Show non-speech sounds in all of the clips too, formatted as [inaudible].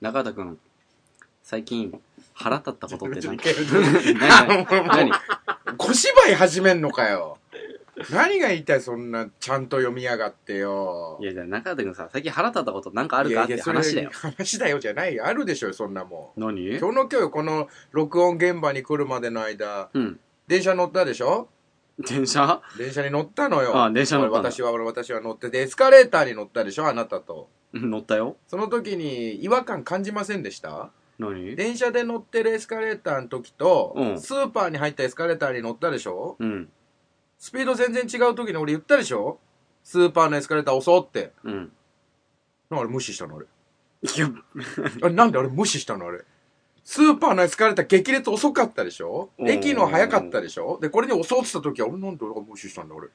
中畑くん、最近、腹立ったことって何ちょっと [laughs] 何何何 [laughs] 小芝居始めんのかよ。何が言いたい、そんな、ちゃんと読みやがってよい。や、じゃあ中畑くんさ、最近腹立ったことなんかあるかっいやていやそれ話だよ。話だよじゃないよ。あるでしょ、そんなもん。何今日の今日よ、この録音現場に来るまでの間、うん。電車乗ったでしょ電車 [laughs] 電車に乗ったのよ。あ電車乗ったんだ俺私は、俺私は乗ってて、エスカレーターに乗ったでしょ、あなたと。うん乗ったよ。その時に違和感感じませんでした何電車で乗ってるエスカレーターの時と、うんスーパーに入ったエスカレーターに乗ったでしょうん。スピード全然違う時に俺言ったでしょスーパーのエスカレーター遅って。うん。なんかあれ無視した [laughs] のあれ。いや、あれなんであれ無視したのあれ。スーパーのエスカレーター激烈遅かったでしょうん駅の早かったでしょで、これに襲ってた時は、俺なんで俺が無視したんだ俺。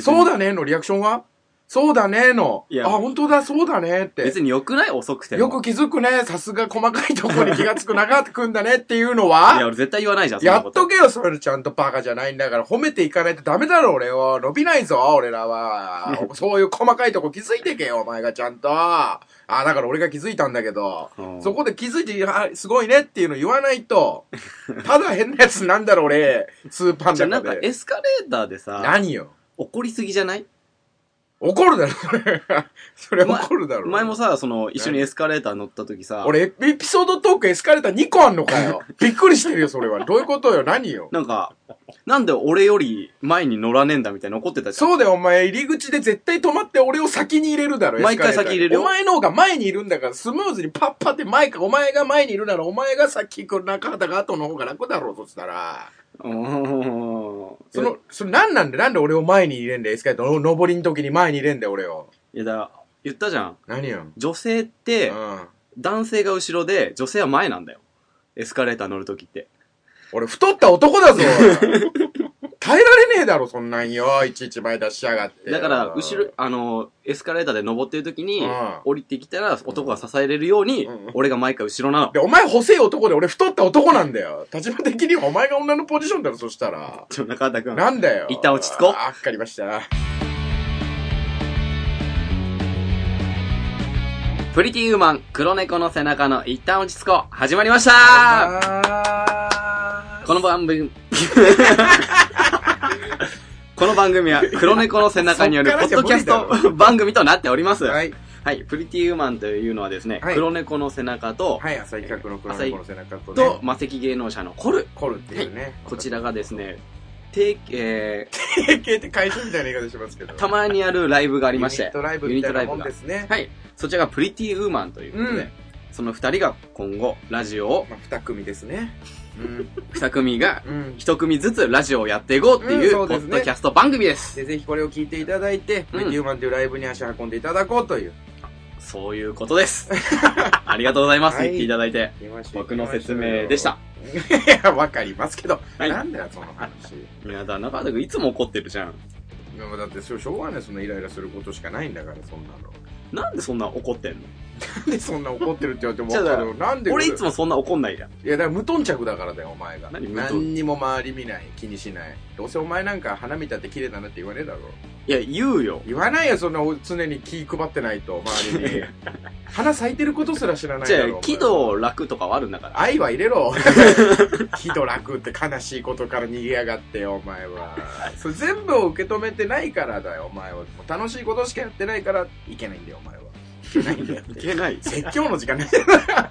そうだねーのリアクションはそうだねーの。いやあ、本当だ、そうだねーって。別に良くない遅くても。よく気づくね。さすが細かいところに気がつく長くんだねっていうのいや、は俺絶対言わないじゃん、そんやなっことけよ、それちゃんとバカじゃないんだから。褒めていかないとダメだろ、俺を。伸びないぞ、俺らは。 [laughs] そういう細かいとこ気づいてけよ、お前がちゃんと。あ、だから俺が気づいたんだけど。うんそこで気づいて、あすごいねっていうの言わないと。ただ変なやつなんだろ、俺。スーパーじゃあのなんか中で。エスカレーターでさ、何よ。怒りすぎじゃない怒るだろ、それ。 [laughs] それ怒るだろ。前もさ、その、一緒にエスカレーター乗った時さ、俺、エピソードトークエスカレーター2個あんのかよ。びっくりしてるよ、それは。どういうことよ、何よ。なんか、なんで俺より前に乗らねえんだみたいな怒ってたじゃん。そうだよ、お前、入り口で絶対止まって俺を先に入れるだろ、毎回エスカレータ先ー入れるよお前の方が前にいるんだから、スムーズにパッパって前か、お前が前にいるなら、お前が先行く中畑が後の方が楽だろう、そしたら。うーん。その、それ何なんで、なんで俺を前に入れんだよ、エスカレーターの上りの時に前に入れんだよ、俺を。いや、だから、言ったじゃん。何よ。女性っうて、ん。男性が後ろで、女性は前なんだよ。エスカレーター乗るときって。俺、太った [laughs] 男だぞ。耐えられねえだろ、そんなんよ。いちいち前出しやがって。だから、後ろ、あの、エスカレーターで登ってるときにうん、降りてきたら、男が支えれるようにうん、俺が毎回後ろなの。で、お前細い男で俺太った男なんだよ。立場的にはお前が女のポジションだろ、そしたら。ちょ、中畑くん。なんだよ。一旦落ち着こうあ、わかりました。プリティウーマン、黒猫の背中の一旦落ち着こう、始まりましたあこの番 [laughs] 組、この番組は黒猫の背中によるポッドキャスト番組となっております。は、はいい。プリティウーマンというのはですね、はい黒猫の背中と、はい、朝日角の黒猫の背中と、とね、、魔石芸能者のコル、コルっていうね。こちらがですね、定え定型って会社みたいな言い方しますけど。ー、たまにあるライブがあありましてユニッ、トライブみたいなもんですね。はい、そちらがプリティウーマンということで、うんそその二人が今後、ラジオを、まあ、二組です [laughs] ね。う二組がん。うん。一組ずつラジオをやっていこうっていう、うんそうポですねッドキャスト番組です。で、ぜひこれを聞いていただいて、うんプリティウーマンというライブに足運んでいただこうという。そういうこと [laughs] です。ありがとうございます。はい言っていただいて。僕の説明でし。た。いや、 [laughs] わかりますけど。はいなんだよ、その話。いや、だ、中田君いつも怒ってるじゃん。いやだってそれしょうがないそんなイライラすることしかないんだからそんなのなんでそんな怒ってんのなんでそんな怒ってるって言われても分かるなんで俺いつもそんな怒んないじゃん。いやだから無頓着だからだよお前が何無頓何にも周り見ない気にしないどうせお前なんか花見たって綺麗だなって言わねえだろいや、言うよ。言わないよそんな常に気配ってないと [laughs] 周りに花咲いてることすら知らないじゃだあろ、喜お前怒楽とかはあるんだから。愛は入 [laughs] れろ喜怒楽って悲しいことから逃げやがってよお前はそれ全部を受け止めてないからだよお前はもう楽しいことしかやってないからいけないんだよお前はいけないんだよいけない。うん説教の時間ね。だか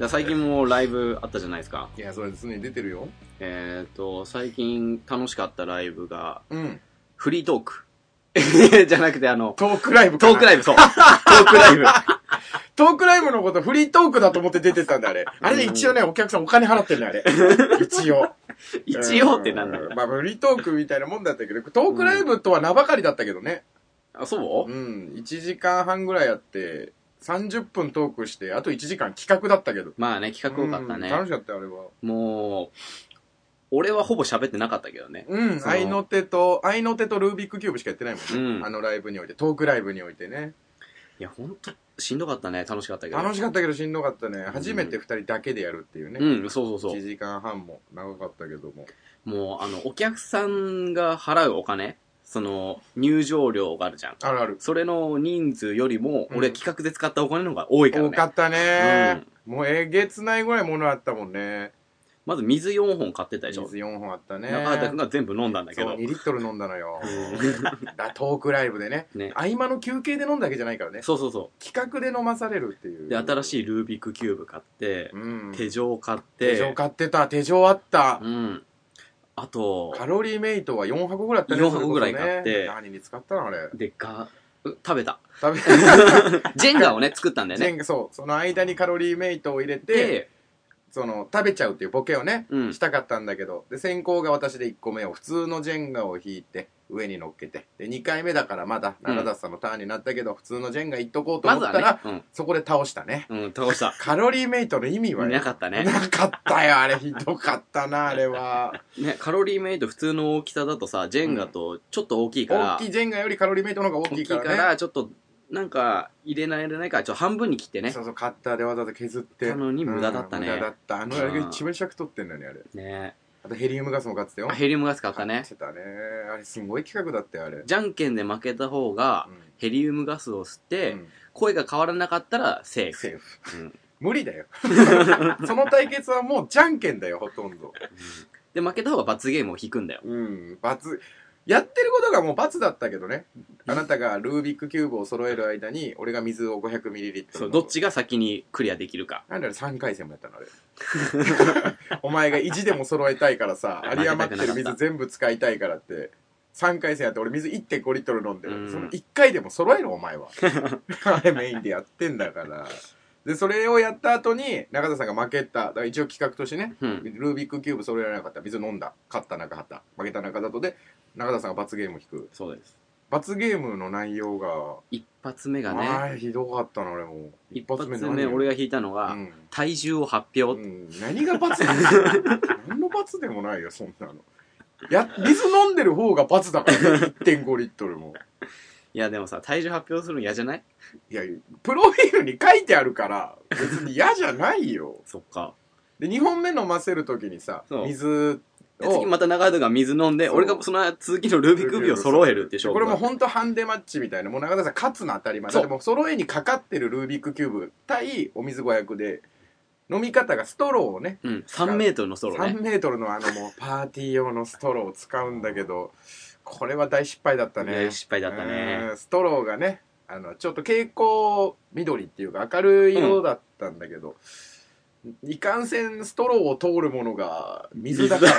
ら最近もライブあったじゃないですか。いや、それ常に出てるよ。えっ、と、最近楽しかったライブが、うん。フリートーク。 [laughs] じゃなくて、あの、トークライブかトなークライブ、 [laughs] そう。トークライブ。トークライブのことフリートークだと思って出てたんだ、あれ。あれで一応ね、お客さんお金払ってるんだ、あれ。一応。一応ってなんだうよ。まあ、フリートークみたいなもんだったけど、トークライブとは名ばかりだったけどね。。あ、そううん1時間半ぐらいやって、30分トークして、あと1時間企画だったけど。まあね、企画多かったね。うん楽しかったよ、あれは。もう、俺はほぼ喋ってなかったけどね。うん。その愛の手と、愛の手とルービックキューブしかやってないもんね。うんあのライブにおいて、トークライブにおいてね。いや、ほんと、しんどかったね。楽しかったけど。楽しかったけどしんどかったね。初めて二人だけでやるっていうね。うん、そうそうそ1う。時間半も長かったけども。もう、あの、お客さんが払うお金その、入場料があるじゃん。あるある。それの人数よりも、うん俺企画で使ったお金の方が多いから多ね。かったね、もうえげつないぐらいものあったもんね。まず水4本買ってたでし水ょ。 4本あったね。中畑くんが全部飲んだんだけそう、ど2。リットル飲んだの [laughs] よ。だトークライブでね。ね。合間の休憩で飲んだわけじゃないからね。そうそうそ。企画で飲まされるっていうう。で、新しい。いルービックキューブ買って、うん。手錠買って、手錠買ってた。手錠あった。うん。あと、カロリーメイトは4箱ぐらいあったね。 4箱ぐらいそれこそ買ねって何に使ったの [laughs] あれ。で、が、う食べた。食べ、ジェンガをね、作ったんだよジェね。ンガ [laughs] そう。その間にカロリーメイトを入れて、で、その、食べちゃうっていうボケをね、うんし。たかったんだけど、で、先行が私で1個目を、普通のジェンガを引いて、上に乗っけて、で、2回目だからまだ、うん奈良田さんのターンになったけど、普通のジェンガいっとこうとま思ずったら、はね、そこで倒したね。うん。うん、倒した。カロリーメイトの意味はなかったねなかったよ、あれ、ひどかったな、あれは。ね、カロリーメイト普通の大きさだとさ、ジェンガとちょっと大きいから、大きいジェンガよりカロリーメイトの方が大大ききいいかからら,、ね。ちょっとなんか入れない入れないからちょっと半分に切ってねそうそう、カッターでわざわざ削って。なのに無駄だったねうん無駄だった。あの、あれうんが一番尺取ってんのに、あれ。ねあとヘリウムガスも買ってたよ。あヘリウムガス買った買ねってたね。あれ、すごい企画だったよ、あれ。じゃんけんで負けた方がうんヘリウムガスを吸って、うん声が変わらなかったらセーフセーフ。うん無理だよ。 [laughs] その対決はもうじゃんけんだよ、ほとんど。で負けた方が罰ゲームを引くんだようん、罰。やってることがもう罰だったけどね。あなたがルービックキューブを揃える間に、俺が水を 500ml。そうどっちが先にクリアできるかなんだろ、3回戦もやったの、あれ。 [laughs] お前が意地でも揃えたいか [laughs] らさ、有り余ってる水全部使いたいからって。3回戦やって俺水1.5リットル飲んでうる。んその1回でも揃えろ、お [laughs] 前は。あれメインでやってんだから。で、それをやった後に、中田さんが負けた。だから一応企画としてね、うんルービックキューブ揃えられなかった水飲んだ勝った中畑負けた中里で中田さんが罰ゲームを引くそうです罰ゲームの内容が一発目があねーひどかったな俺も一発目何俺が引いたのが、うん体重を発表、うん何が罰だよ何の罰でもないよそんなのや水飲んでる方が罰だからね、1.5リットルもいやでもさ体重発表するの嫌じゃないいやプロフィールに書いてあるから別に嫌じゃないよそっかで2本目飲ませるときにさそう水でを次また長井戸が水飲んでそう俺がその続きのルービックキューブを揃えるって勝負これもう本当ハンデマッチみたいなもう中田さん勝つの当たり前そうでも揃えにかかってるルービックキューブ対お水500で飲み方がストローをねうん3メートルのソロね3メートルのあのもうパーティー用のストローを使うんだけどこれは大失敗だったいやね失敗だったねうんストローがねあのちょっと蛍光緑っていうか明るい色だったんだけど、いかんせんストローを通るものが水だから、ね、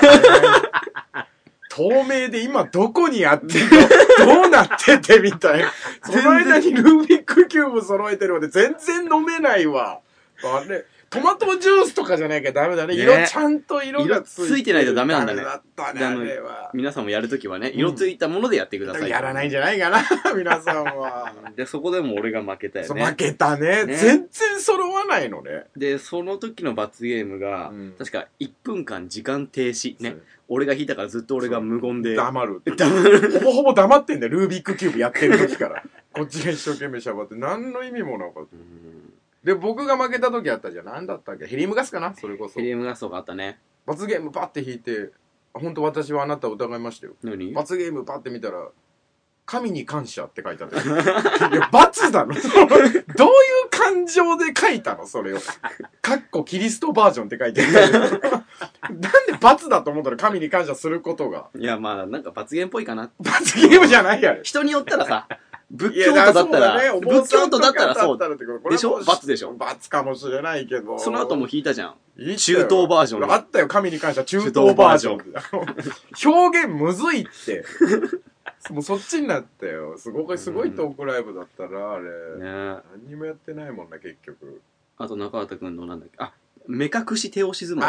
透明で今どこにあってん [laughs] のどうなっててみたいなその間にルービックキューブ揃えてるまで全然飲めないわあれトマトジュースとかじゃなきゃダメだねね色ちゃんと色がついてる色ついてないとダメなんだねダメだったねでああのれは皆さんもやるときはね、うん色ついたものでやってください。やらないんじゃないかな皆さんはで、そこでも俺が負けたよそうね。負けたねね全然揃わないのねで、その時の罰ゲームが、うん確か1分間時間停止。ね。俺が引いたからずっと俺が無言で。黙る黙る。ほぼほぼ黙ってんだよルービックキューブやってる時から [laughs] こっちが一生懸命しゃばって何の意味もなかったで僕が負けた時あったじゃん何だったっけヘリウムガスかなそれこそヘリウムガスとかあったね。罰ゲームパッて引いてあ本当私はあなたを疑いましたよ何罰ゲームパッて見たら「神に感謝」って書いてあったよ [laughs] いや罰だろその [laughs] どういう感情で書いたのそれを「かっこキリストバージョン」って書いてあったよ [laughs] なんで罰だと思ったら神に感謝することがいや、まあ、なんか罰ゲームっぽいかな。罰ゲームじゃないやろ人によったら [laughs] さ、仏教徒だったら、仏教徒だったらそう。でしょ罰でしょ罰かもしれないけどその後も引いたじゃん。中中東バージョンあったよ、神に関しては中東バージョ中ン。表現むずいって。 [laughs] もうそっちになったよ。すごい、すごいトークライブだったら、あれ。ね何にもやってないもんな、結局。あと中畑くんのなんだっけ。あ、目隠し手押し相撲か。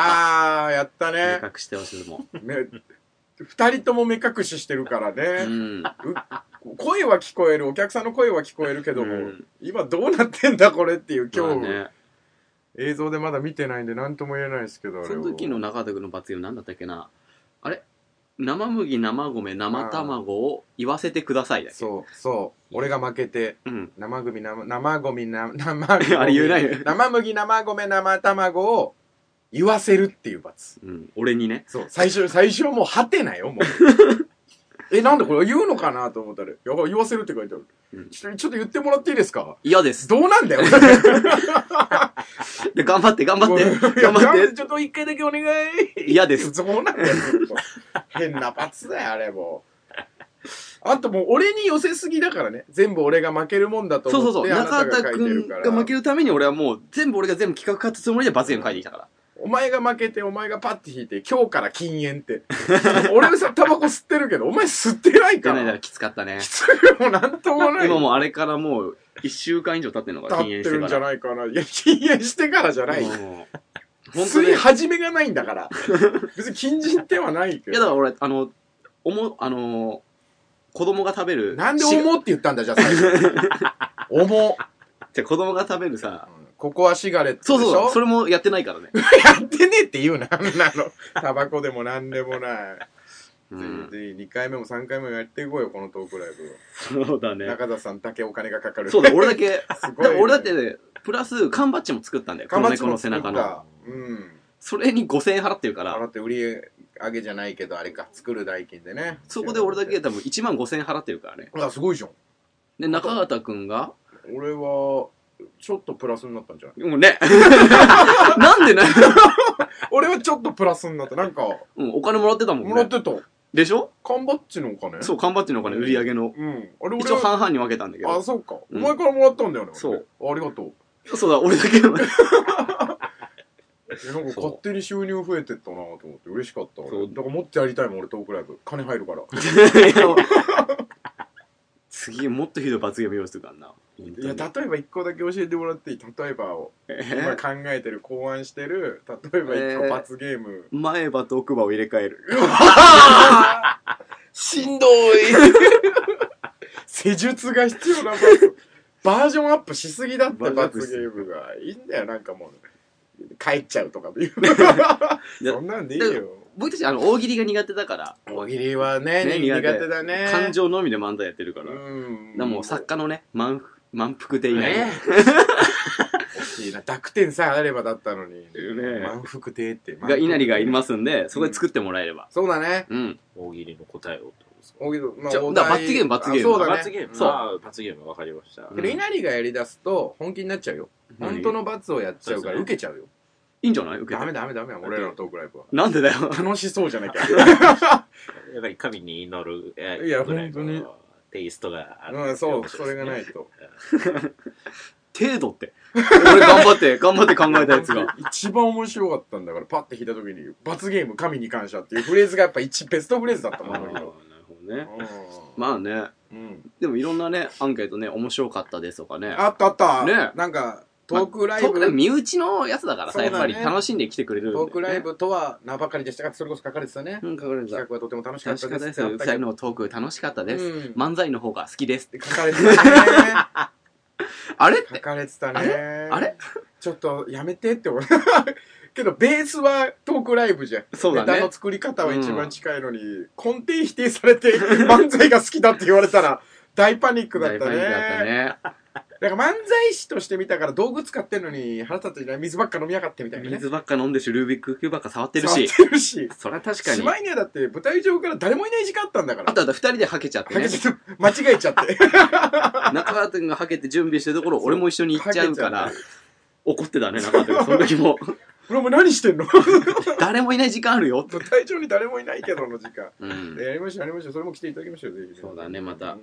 あー、やった目ね。隠し手押し相撲。 [laughs] ね二人とも目隠ししてるからうね。ん。う声は聞こえる、お客さんの声は聞こえるけども、うん今どうなってんだこれっていうまあ今日、ね。映像でまだ見てないんで何とも言えないですけど、あれそはの時の中田君の罰ゲーム何だったっけなあれ生麦生米生卵を言わせてくださいだっけそう、そう。俺が負けて、うん生組生生ゴミ生生ゴミ [laughs] あれ言えないよ生麦生米生卵を言わせるっていう罰うん、俺にねそう最初最初はもうはてなよもう [laughs] え、なんでこれ言うのかなと思ったら、いや、言わせるって書いてある。うんちょっとちょっと言ってもらっていいですか嫌です。 [laughs] どうなんだよ。で、頑張って、頑張って、 [laughs] いや頑張っちょっと一回だけお願い。て。嫌です。どうなんだよ、ずっと変な罰だよ、あれもう。あともう俺に寄せすぎだからね。全部俺が負けるもんだとそうそ思うっそう。て、あなた中田が書いくてるんかがら。負けるために俺はもう、全部俺が全部企画勝つつもりで罰ゲーム書いてきたから。お前が負けて、お前がパッて引いて、今日から禁煙って。 [laughs] 俺はさ、タバコ吸ってるけど、お前吸ってないでか。ね、だかららきつかったねき。ついもうなんともない。今もうあれからもう、一週間以上経ってんのか、立っ禁て煙してるんかじゃら。ないかな。いや、禁煙してからじゃない。もう本当吸に。いい始めがないんだから。別に禁じ手はないけや、だからど。俺、あの、おも、あのー、子供が食べる。なんでし重って言ったんだ、じゃあ最初。重。じゃあ子供が食べるさ、ここはシガレッそトうでしょそう、それもやってないからね。やってねえって言うな、あんなの。タバコでもなんでもない。うん、ぜひ、2回目も3回目もやっていこうよ、このトークライブそうだを。ね。中田さんだけお金がかかる。そうだ、俺だけ、 [laughs] すごだい、から俺だって、ね、プラス缶バッジも作ったんだよ。こ缶のバッジ猫のも背作っ中の。た。うん。それに5000円払ってるから、払って売り上げじゃないけど、あれか、作る代金でね。そこで俺だけ。多分1万5000円払ってるからね。あ、すごいじゃん。で、中畑くんが、俺は、ちょっとプラスになったんじゃないもうね、 [laughs] なん [laughs] でね、俺はちょっとプラスになった。なんか、うん、お金もらってたもんもらっね。てた。でしょ缶バッジのお金。そうう、缶バッジのお金、売り上げの。うん。あれ一応半々に分けたんだけあ、ど。そうか。おうん前からもらったんだよね。俺そう。ありがとう。そうだ、俺だけ。えなんか勝手に収入増えてったなと思って嬉しかったそ俺うだからもっとやりたいもん俺トークライブ金入 [laughs] るから [laughs] 次、もっとひどい罰ゲーム用意するからな。いいや例えば一個だけ教えてもらっていい例えばを今考えてる考案してる例えば一個罰ゲーム、前歯と奥歯を入れ替える。しんどい [laughs] 施術が必要な罰バージョンアップしすぎだっバてージョンアップし罰すゲぎームがいいんだよなんかもう帰っちゃうとかいいうやそんなんでいいよ僕たち、あの、大喜利が苦手だから、大喜利はねね苦苦手手だね感情のみで漫才やってるから。だかうんらもう作家のね、満腹満腹でいない。ねいいな濁点さえあればだったのに満腹亭ってが稲荷がい満腹ます亭んで、そこで作ってもらえれば。そうだねうん。大喜利の答えをってことですか大喜利まじゃあおだか題ら罰ゲーム罰ゲームあそうだね罰ゲームそうあ罰ゲームわかりましたけど稲荷がやりだすと本気になっちゃうよ本当の。の罰をやっちゃうからそうですね受けちゃうよいいんじゃない受けてダメ。ダメダメ俺らのトークライブはなんでだよ。楽しそうじゃなきゃやっぱり神に祈るえいやぐらの本当にテイストがある [laughs] うんそうそれがないと程度って。俺頑張って、頑張って考えたやつが。一番面白かったんだからパッて引いた時に「罰ゲーム神に感謝」っていうフレーズがやっぱ一ベストフレーズだったあもーんなる [laughs] あの日のほどね。うんまあね、うんでもいろんなね、アンケートね、面白かったですとかね。あったあったねなんかトークライトークライブブ身内のやつだからさ、そうだやっねぱり楽しんで来てくれるんだよトねークライ。ブとは名ばかりでしたが、それこそ書かれてたね。うん、隠れて企た。画はとても楽しか楽っしたかで。ったですす。あっ二たけ人どのトーク楽しかったです。うん漫才の方が好きです。書かれてたね。あれっ書てかれてたね。あれちょっとやめてって思う。 [laughs] けど、ベースはトークライブじゃん。そうだネタねの。作り方は一番近いのに、根底否定されて漫才が好きだって言われたら、大パニックだっ大たパニね。ックだったね。なんか漫才師として見たから道具使ってんのに腹立ってない水ばっか飲みやがってみたいなね。水ばっか飲んでし、ルービックキューばっか触ってるし。触ってるし。それは確かしに。まいにはだって舞台上から誰もいない時間あったんだからあ。とあと二人ではけちゃってはねけ。ちゃって間違えちゃって。 [laughs] 中川君がはけて準備してるところ、俺も一緒に行っちゃうかはら、怒ってたね、中川君。その時も。俺も何してんの [laughs] 誰もいない時間あるよ。舞台上に誰もいないけどの時間。うん。やりましょう、やりましょう。それも来ていただきましょう、ぜひ。そうだねまたうん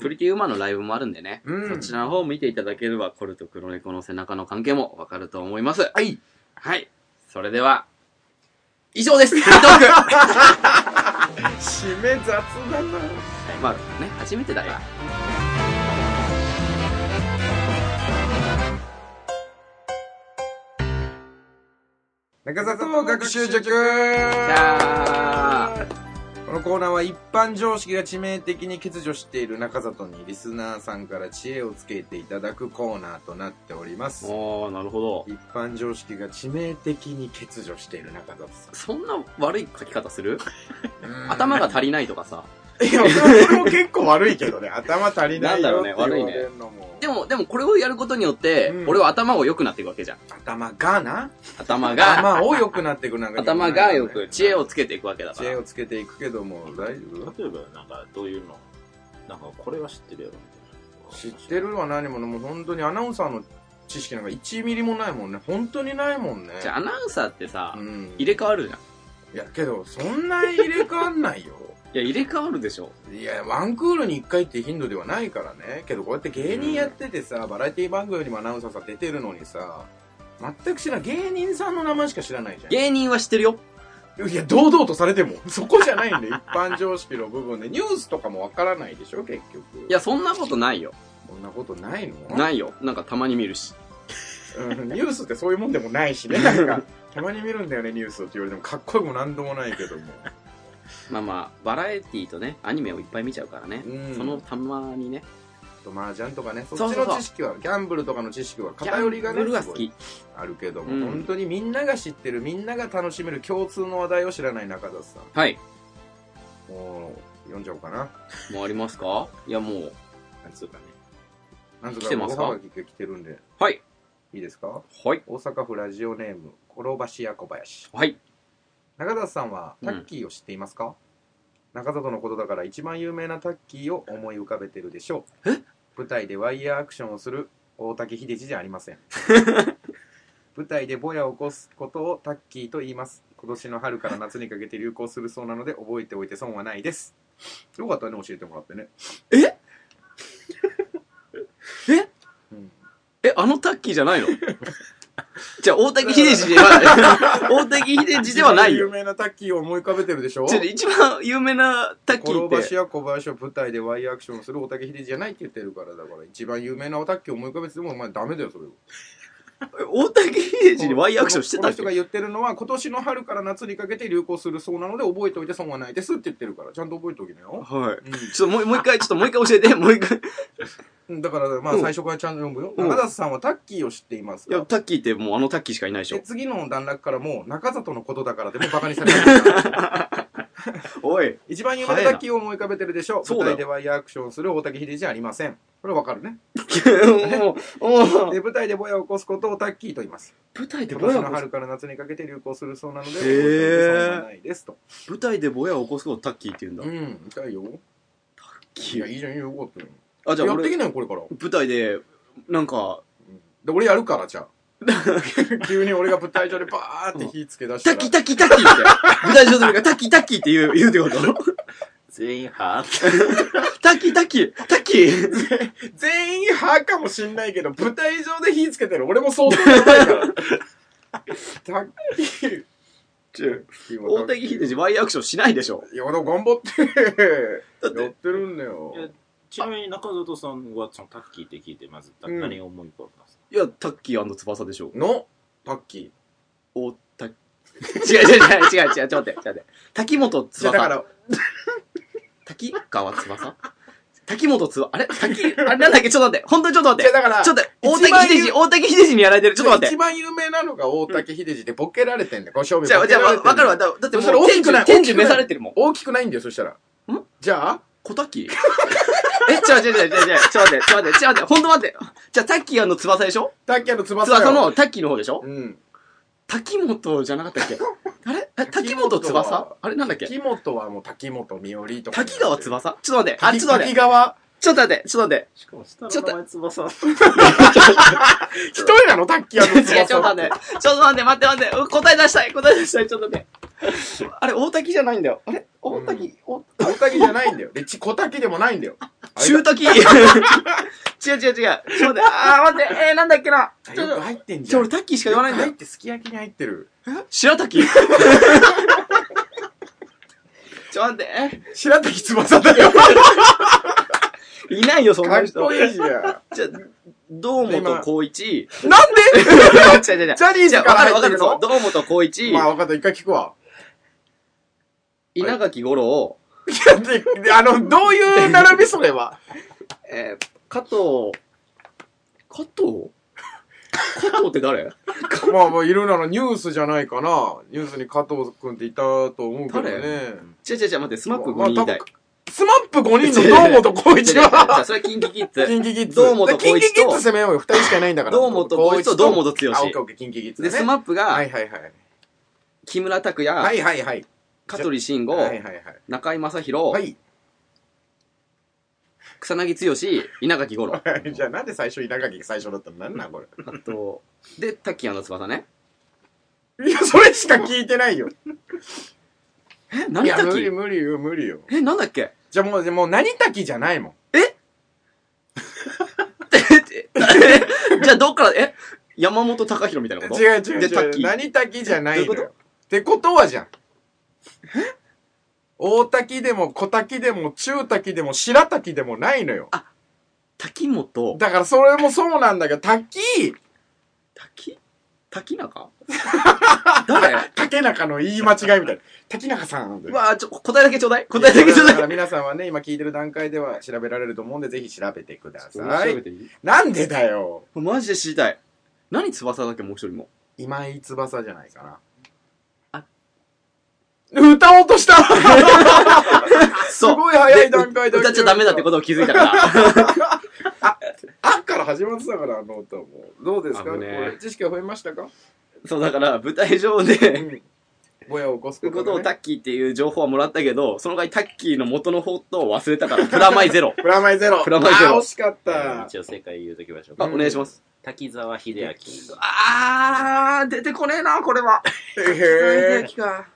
プリティウーマンのライブもあるんでね。うんそちらの方を見ていただければ、コルと黒猫の背中の関係もわかると思います。はい。はい。それでは、以上です。フリートーク締め雑だな。 [laughs] まあね、初めてだから。中里学習塾じゃあ、このコーナーは一般常識が致命的に欠如している中里にリスナーさんから知恵をつけていただくコーナーとなっております。おー、なるほど。一般常識が致命的に欠如している中里さそんな悪い書き方するん。頭が足りないとかさ。いや、俺も結構悪いけどね。頭足りないよって言われるのも。 [laughs] でも、でもこれをやることによって、うん俺は頭が良くなっていくわけじゃん。頭がな頭が、頭を良くなっていくなんか頭が良ねく、知恵をつけていくわけだか知恵ら。をつけていくけども大丈夫例えば、なんか、どういうのなんか、これは知ってるよ、みた知いっな。てるは何もねもう本当にアナウンサーの知識なんか1ミリもないもんね本当にないもんねじゃあアナウンサーってさう、ん入れ替わるじゃん。いいやけどそんな入れ替わんないよ [laughs] や、入れ替わるでしょ。いやワンクールに1回って頻度ではないからねけどこうやって芸人やっててさ、バラエティ番組にもアナウンサーさん出てるのにさ全く知らない芸人さんの名前しか知らないじゃん芸人は知ってるよ。いや、堂々とされても、 [laughs] そこじゃないんで、一般常識の部分で、ニュースとかもわからないでしょ、結局。いや、、そんなことないよ。そんなことないのないよ。なんかたまに見るし。うんニュースってそういうもんでもな [laughs] いしね、なんか、たまに見るんだよね、ニュースって言われても、かっこよくもなんでもないけども。まあまあ、バラエティーとね、アニメをいっぱい見ちゃうからね。うんそのたまにね。あと、麻雀とかね、そそっうちそうのそう知識は、ギャンブルとかの知識は偏りがギャンね、ブルがす好ごきい。あるけども、うん本当にみんなが知ってる、みんなが楽しめる共通の話題を知らない中田さん。はい。もう、読んじゃおうかな。もうありますかいや、もう。なんつうかね。なんと来てか、まごすはかがきが来てるんで、はい。いいですかはい。大阪府ラジオネーム転ばし屋小林はい。中田さんはうんタッキーを知っていますか、中里のことだから一番有名なタッキーを思い浮かべてるでしょうえ舞台でワイヤーアクションをする大竹秀治じゃありま [laughs] せん舞台でぼやを起こすことをタッキーと言います今年の春から夏にかけて流行するそうなので覚えておいて損はないですよかったね教えてもらってねええ、 [laughs] うんえ、あのタッキーじゃないの [laughs] じゃあ、大竹秀治で [laughs] は、大竹秀治ではないよ一。番有名なタッキーを思い浮かべてるでしょちょっと一番有名なタッキー転っ、ばしてや小林を舞台でワイヤーアクションする大竹秀治じゃないって言ってるからだから一番有名なおたっきを思い浮かべててもお前ダメだよそれを大竹秀治にワイヤーアクションしてたこのっ人けが言ってるのは今年の春から夏にかけて流行するそうなので覚えておいて損はないですって言ってるからちゃんと覚えておきなよ、はい。うちょっともうもう一回、ちょっともう一回教えて、もう一回。いん、だからまあうん最初からちゃんと読むよ、うん中田さんはタッキーを知っていますや、かタッキーってもうあのタッキーしかいないでしでょ。次の段落からもう中里のことだからでもバカにされて [laughs] るからおい。一番有名なタッキーを思い浮かべてるでしょそう舞だよ台でワイヤーアクションする大竹秀治じゃありませんこれわかるね [laughs] もう、もう。で舞台でぼやを起こすことをタッキーと言います舞台で今ボ年ヤのを起こ春から夏にかけて流行するそうなので、へー覚えておいて損はないですと。す。舞台でボヤを起こすことをタッキーって言うんだう。ん、痛いよ。いや、いいじゃん、いいよ、よかったよ。あ、じゃあやってき俺、なよ、これから。舞台で、なんか、で、俺やるから、 [laughs] じゃあ。急に俺が舞台上でバーって火つけ出したタら。ッキータッキータッキーって。舞台上で見るからタッキータッキーって言う、言うってこと全員はータッキータッキータッキー全員派かもしんないけど、舞台上で火つけてる俺も相当やばいから。タッキー。大竹秀治ワイヤーアクションしないでしょ。いや、俺も頑張って。だってやってるんだよい。やちなみに中里さんはそのタッキーって聞いてまず、うん何を思い浮かべますいや、タッキー翼でしょ。の、タッキー。お、た、違う違う違う違う違う、ちょっと待って、ちょっと待って。滝本いやだか翼。ら、滝川翼滝本翼、あれ滝、あれなんだっけちょっと待って、本当にちょっと待いやって。だから、ちょっと待って、一大番竹秀治、大竹秀治にやられてる。ちょっと待って一。番有名なのが大竹秀治でボケられてんだよ。この正面じゃあ、じゃあ、わわかるわ。ボケられてんだよだだってもそれう、大天きくな寿、い天寿召されてるもん。大きくないんだよ、そしたら。んじゃあ、小滝え、ちょ、ちょ、ちょ、ちょ、ちょ、ちょ、待って、ちょ、待って、ちょ、待って、ほんと待って。じゃあ、タッキーの翼でしょタッキーの翼よ翼。のタッキーの方でしょうん。滝本じゃなかったっけあれえ滝滝本本翼あれなんだっけ滝本はもう滝本美織とか。滝川翼ちょっと待って、あ、滝ちょっと待っ滝て、川。ちょっと待って、ちょっと待って。しかも下の名前翼。一人なのタッキーの違う、ちょっと翼待って、ちょっと待って、待って、待って、う答え出したい、答え出したい、ちょっと待って。あれ、大滝じゃないんだよ。あれ大う滝、お大滝じゃないんだよ。で、ち小滝でもないんだよ。 [laughs] 中滝 [laughs] 違う違う違う。ちょっと待って、あー、待って、えー、なんだっけな。あちょよっくと、入ってんじじゃゃあん。俺タッキーしか言わないんだ入よっ。てすき焼きに入ってる。白滝 [laughs] ちょ、待って、白滝翼だ [laughs] よ。えいないよ、そんかなっ人こ。いいじゃん。なんじゃあ、堂本 [laughs] 光一。で違う違う違う。 [laughs] ジャニーズじゃあ、かわらかるわ入ってかるる。のそう、堂本光一、まあ、分かった。一回聞くわ。稲垣吾郎、で [laughs] であの、どういう並びそれは。えー、加藤、加藤加藤って誰 [laughs] まあまあ、いるならニュースじゃないかな。ニュースに加藤くんっていたと思うけどね。違う違う違う、待って、スマップまあ5人台。多分スマップ5人の堂本光一じゃあ、は、それはキンキキッズ。キンキキッズ。堂本光一とキンキキッズ攻めようよ。二人しかいないんだから。堂本光一と堂本剛。あ、オッケーオッケー、キンキキッズだで、ね。スマップはがい、はいはい。木村拓は哉、いはいはい。香取慎吾、はいはいはい。中居正は広、い。 [laughs] 草薙剛、稲垣吾郎。じゃあなんで最初稲垣が最初だったのなんなんこれ。あと、で、タキアの翼ね。いや、それしか聞いてないよ。え、い何や、タ無理キ無理よ、無理よ。え、なんだっけじゃあもう、じゃあもう何滝じゃないもん。ええじゃあどっから、え山本隆弘みたいなこと違う違うで違う。滝何滝じゃないのどういうよ。ってことはじゃん。大滝でも小滝でも中滝でも白滝でもないのよ。滝本だからそれもそうなんだけど、滝、滝滝 [laughs] 中誰竹中の言い間違いみたいな。滝中さん。うわぁ、ちょ、答えだけちょうだい答えだけちょうだだかいら皆さんはね、今聞いてる段階では調べられると思うんで、ぜひ調べてくださ俺調べい。てみなんでだよ。マジで知りたい。何翼だっけもう一人も。今井翼じゃないかあな。歌おうとした [laughs] すそうごい早い段階だ歌っちゃダメだってことを気づいたから。あっから始まってたから、あの歌も。どうですか、危ねえこれ知識は増えましたかそう、だから舞台上で、ぼやを起こすそういこうこととがをねタッキーっていう情報はもらったけど、その場合タッキーの元の方と忘れたから、プラマイゼロ。プラマイゼロ。プラマイゼロあー惜しかっえーた。一応正解言うときましょうあ、か。お願いします。滝沢秀明。あー、出てこねえな、これは。へえ。か。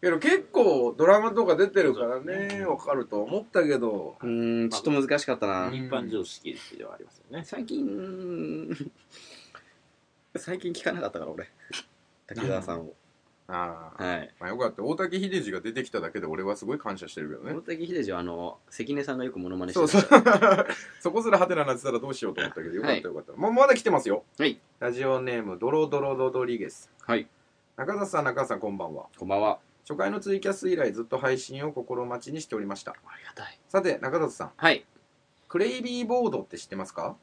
けど結構ドラマとか出てるからね、わかると思ったけど。うーん、ちょっと難しかったな。一般常識ではありますよね。最近、 [laughs] 最近聞かなかったから、俺。 [laughs] 滝沢さんを。ああ。はい。まあよかった。大竹秀治が出てきただけで俺はすごい感謝してるけどね大。竹秀治は、あの、関根さんがよくモノマネしてそうるそう。 [laughs] そこすらハテナになってたらどうしようと思ったけど、よかったよかった。もうまだ来てますよ。はい。ラジオネーム、ドロドロロドリゲス。はい。中田さん、中田さん、こんばんは。こんばんは。初回のツイキャス以来ずっと配信を心待ちにしておりましたありがたい。さて中里さんはい。クレイビーボードって知ってますか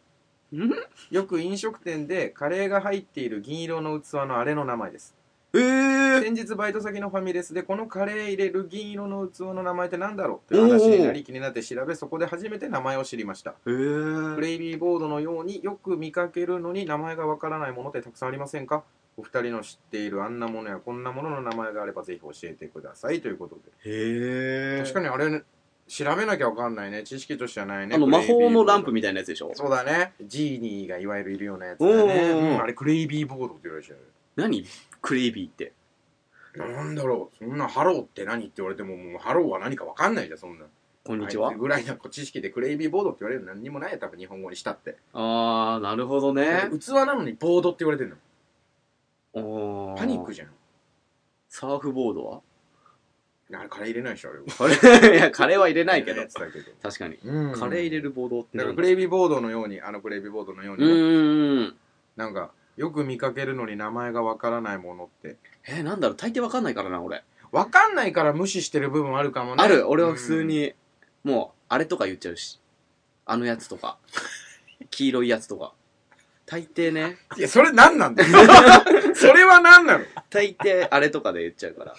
んよく飲食店でカレーが入っている銀色の器のあれの名前ですえー、先日バイト先のファミレスでこのカレー入れる銀色の器の名前って何だろうという話になり気になって調べそこで初めて名前を知りましたえークレイビーボードのようによく見かけるのに名前がわからないものってたくさんありませんかお二人の知っているあんなものやこんなものの名前があればぜひ教えてくださいということでへ確かにあれ、ね、調べなきゃわかんないね知識としてはないねあの、クレ魔イビーボード法のランプみたいなやつでしょそうだねジーニーがいわゆるいるようなやつだね、おーうんあれクレイビーボードって言われちゃう何クレイビーって。なんだろうそんなハローって何って言われてももうハローは何かわかんないじゃんそんなこんにちはあいつ。ぐらいの知識でクレイビーボードって言われるの何にもないよ多分日本語にしたってあー、なるほどだねっ。て器なのにボードって言われてるのおーパニックじゃんサーフボードはあれカレー入れないでしょあれカレー、いや、カレーは入れ [laughs] ないけ入れどや。つだけど確かに。うんカレー入れるボードってだなかんだらクレイビーボードのようにあのクレイビーボードのよううに、ーん。なんかよく見かけるのに名前がわからないものってえー、なんだろう、大抵わかんないからな、俺。わかんないから無視してる部分あるかもね。ある、俺は普通に、もう、あれとか言っちゃうし。あのやつと [laughs] か。黄色いやつとか。大抵ね、うん。いや、それ何なんだ [laughs] よ。それは何なの大抵あれとかで言っちゃうから。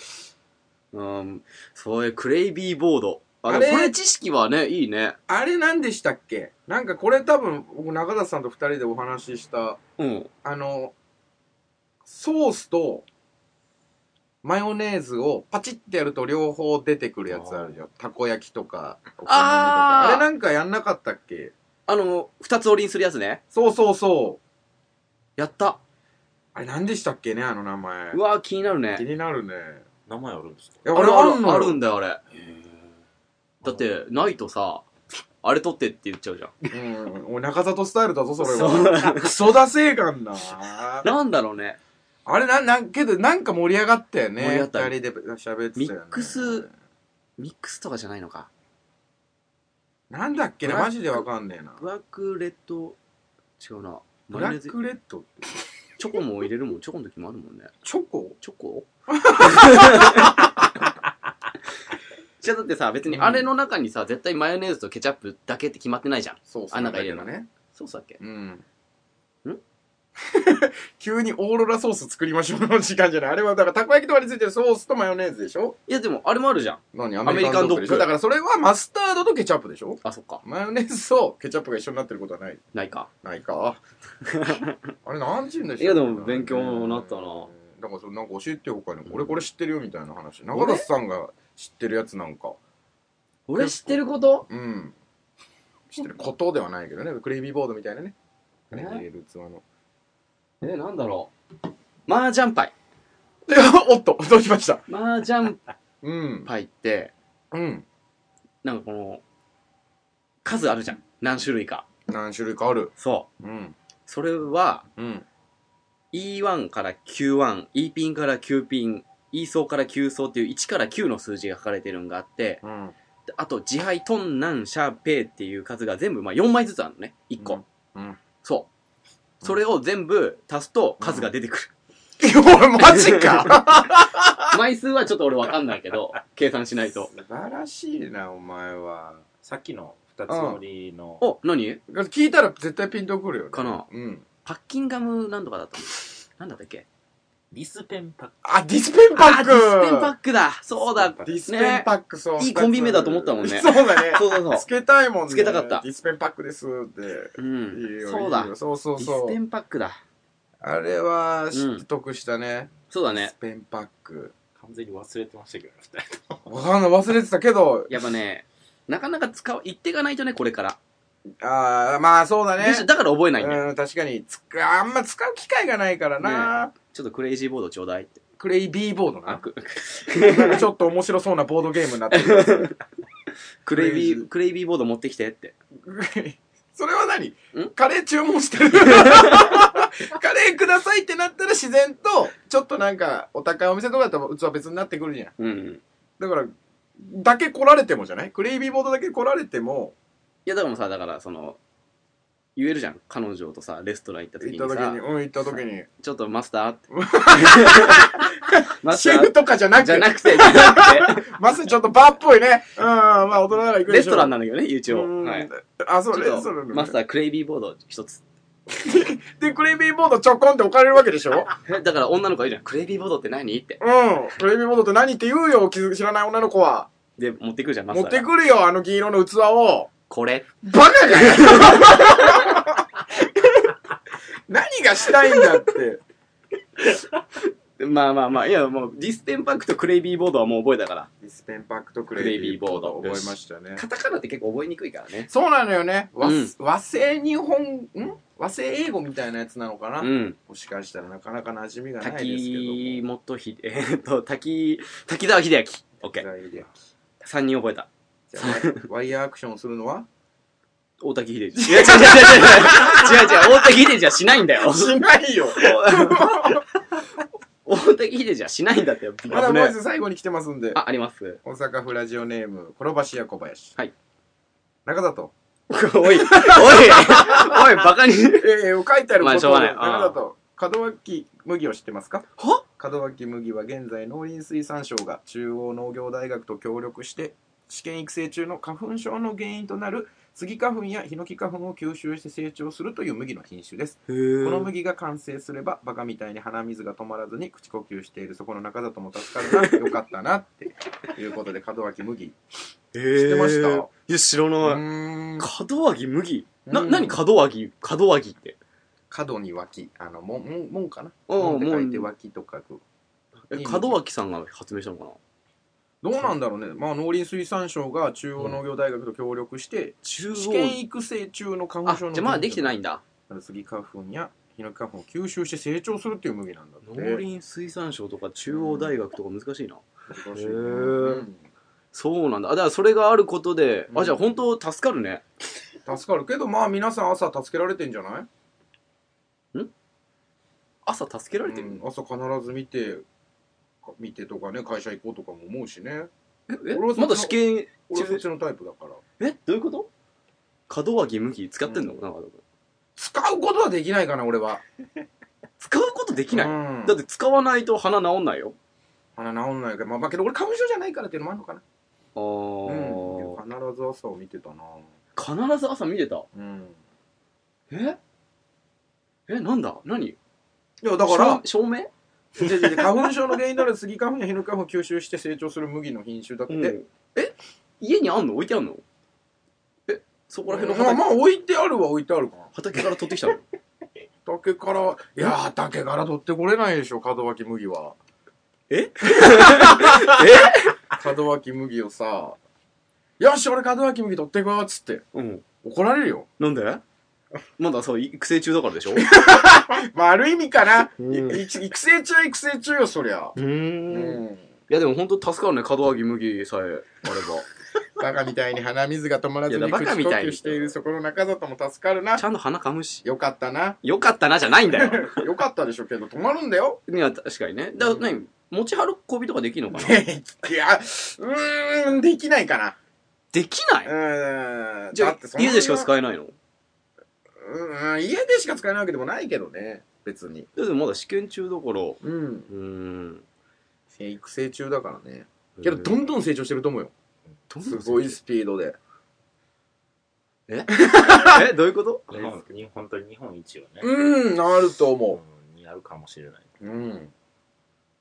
うん、そういうクレイビーボード。あ、でもあれこれ知識はね、いいね。あれ何でしたっけなんかこれ多分、僕中田さんと二人でお話しした、うん。あの、ソースとマヨネーズをパチってやると両方出てくるやつあるじゃん。たこ焼きとか、お好みとか。あーあれなんかやんなかったっけあの、二つ折りにするやつね。そうそうそう。やった。あれ何でしたっけねあの名前う。わー気になる気ね。になるね。名前あるんですかいや、あ俺るああるる、のあるよ。んだよ、あれ。だって、ないとさ、あれ取ってって言っちゃうじゃん。うん。お中里スタイルだぞ、それは。そうクソだせえかんな。なんだろうね。あれ、なん、なん、けど、なんか盛り上がったよね。盛り上がった二人で喋ってたよね。ミックス。ミックスとかじゃないのか。なんだっけね、ブラックマジでわかんねえな。ブラックレッド、違うな。ブマヨラネーッズ、クレッドってチョコも入れるもん、チョコの時もあるもんね。チョコチョ [laughs] コじゃあだってさ、別にうんあれの中にさ、絶対マヨネーズとケチャップだけって決まってないじゃん。そうあなんか入れるのね。そうさっけうん。ん [laughs] 急にオーロラソース作りましょうの時間じゃない。あれは、だから、たこ焼きとかについてるソースとマヨネーズでしょいや、でも、あれもあるじゃん。何アメリカンドッグでしょだから、それはマスタードとケチャップでしょあ、そっか。マヨネーズとケチャップが一緒になってることはない。ないか。ない [laughs] か。あれ、何時でしょいやでも勉強になったな。だから、それなんか教えてよ、他に。俺これ知ってるよ、みたいな話。中田さんが知ってるやつなんか。俺知ってることうん。知ってることではないけどね。クレイビーボードみたいなね。ね入れる器の。え、なんだろう。麻雀牌。いやおっと、どうしました麻雀うん。牌って、うん。なんかこの、数あるじゃん。何種類か。何種類かある。そうん。う。それは、うん。 E1 から Q1、E ピンから Q ピン、E 層から Q 層っていう1から9の数字が書かれてるのがあって、うん。であと、自敗、トン、ナン、シャー、ペーっていう数が全部、まあ4枚ずつあるのね。1個。うん。そう。それを全部足すと数が出てくる。いや、俺マジ [laughs] か枚数はちょっと俺わかんないけど、計算しないと。素晴らしいな、お前は。さっきの二つ折りの、お、何聞いたら絶対ピンとくるよね。かなうん。パッキンガムなんとかだったのなんだったっけリスペンパック。あ、ディスペンパッあ、クディスペンパックだそうだディスペンパック、そう。いいコンビ名だと思ったもんね [laughs] そうだね。そうそうそうつけたいもんね。つけたかったディスペンパックですって。ういいん。よそうだ。いいデよそうそうィそスペう。ンパックだ。あれは、知って得したね。そうだディスね。ペンパック。完全に忘れてましたけど、二人。わかんない、忘れてたけど、やっぱね、なかなか使う、言っていかないとね、これから。ああ、まあそうだねで。しょだから覚えないんだよ。うん、確かにつく、あんま使う機会がないからな。ちょっとクレイジーボードちょうだいって。クレイビーボードあな。くなんかちょっと面白そうなボードゲームになってる。クレイビクレイジー、クレイビーボード持ってきてって。それは何んカレー注 [laughs] 文してる。カレーくださいってなったら自然と、ちょっとなんか、お高いお店とかだったら器別になってくるじゃん。うんうん。だから、だけ来られてもじゃないクレイビーボードだけ来られても、いや、だからもうさ、だから、その、言えるじゃん。彼女とさ、レストラン行った時行にった時さに、、うん、行った時に。ちょっと [laughs] マスターって。マスシェタフとかじゃなーくじゃて、なくて、じゃなくてまさにちょっとバーっぽいね。うん、まあ大人なら行くでレしスょ。トランななんだけどね、一応。はい。あ、そう、ちレょっストとラン、ね。マスター、クレイビーボード一つ。で、クレイビーボードちょこんって置かれるわけでしょえだから女の子がいるじゃん。クレイビーボードって何って。うん。クレイビーボードって何って言うよ、気づ知らない女の子は。で、持ってくるじゃん、マス持タっーがて。くるよ、あの銀色の器を。これ。バカかよ [laughs] 何がしたいんだって。まあまあまあ、いやもう、ディスペンパックとクレイビーボードはもう覚えたから。ディスペンパックとクレイビーボード覚えましたね。カタカナって結構覚えにくいからね。そうなのよね。和,、うん和製日本、ん和製英語みたいなやつなのかな、うん。もしかしたらなかなか馴染みがないですけども。滝本秀、えーっと、滝、滝沢秀明。オッケー。材料3人覚えた。じゃあワイワイヤーアクションするのは大滝秀治。い [laughs] や違う違う違う違う。違う違う。大滝秀治はしないんだよ。しないよ [laughs] 大滝秀治はしないんだってよ。 [laughs] まだボイ危ねえス最後に来てますんで。あ、あります。大阪府ラジオネーム、転ばしや小林。はい。中里。 [laughs] おい、おい、おい、バカに。ええ書いてあるまあこしとょうを、がない中里。門脇麦を知ってますかは門脇麦は現在農林水産省が中央農業大学と協力して試験育成中の花粉症の原因となるスギ花粉やヒノキ花粉を吸収して成長するという麦の品種です。ここのの麦が完成すればバカみたいに鼻水が止まらずに口呼吸しているそこの中里も助かるなよかったなっていうことで門脇麦知っ知ってましたいや、知ら [laughs] うない。ーん門脇麦な、うん何門脇門脇って。角に脇あの門門門かなうん門って書いて門脇と書くえいいね門脇さんが発明したのかなどうなんだろうねまあ農林水産省が中央農業大学と協力して中試央験育成中の花あ、粉じ症ゃのあまだできてないいんだ。スギ花粉やヒノキ花粉を吸収して成長するっていう麦なんだって農林水産省とか中央大学とか難しいな。難しいねへーうんそうなんだ。あ、だからそれがあることで、うあ、んじゃあ本当助かるね。助かるけどまあ皆さん朝助けられてんじゃない朝助けられてるうん朝必ず見てか見てとかね会社行こうとかも思うしねえ俺はそまだ試験俺はそっちのタイプだからえどういうこと門脇麦使ってんの、なんか使うことはできないかな俺は使うことできない、うんだって使わないと鼻治んないよ鼻治んないけど、まあ、まあけど俺花粉症じゃないからっていうのもあるのかな、あー、うん、必ず朝を見てたな必ず朝見てたうんええ、なんだ何いや、だから、照照明違う違う違う花粉症の原因なるスギ花粉やヒノキ花粉を吸収して成長する麦の品種だって。うんえ家にあんの置いてあんのえ、そこら辺のまあ畑,、まあ、置いてあるは置いてあるかな。畑から取ってきたの竹から、いや、畑から取ってこれないでしょ、門脇麦は。ええ門脇麦をさ、よし、俺門脇麦取って [laughs] こようっつって、うん。怒られるよ。なんでまだそう、育成中だからでしょまあ、ある意味かな。 [laughs] うんい育成中は育成中よ、そりゃ。う。うんいん。やでも本当助かるね、門脇麦さえあれば。バカみたいに鼻水が止まらずいやにバ口カ呼みたいに吸しているそこの中里も助かるなち。ゃんと鼻噛むし。よかったな。よかったなじゃないんだよ。 [laughs] よかったでしょけど、止まるんだよ。いや、確かにね。だ、なに、持ち運びとかできるのかな [laughs] でいや、うーん、できないかな。できなういーん。じだゃってそあ、んな家でしか使えないのうん、家でしか使えないわけでもないけどね、別に。でもまだ試験中だから、ううん。ーん。育成中だからね。けど、どんんどん成長してると思うよ。どんすごいスピードで。 [laughs] え、どういうこと日本日 [laughs] 本当に日本一よね。うん、なると思うん。になるかもしれない。う。うん。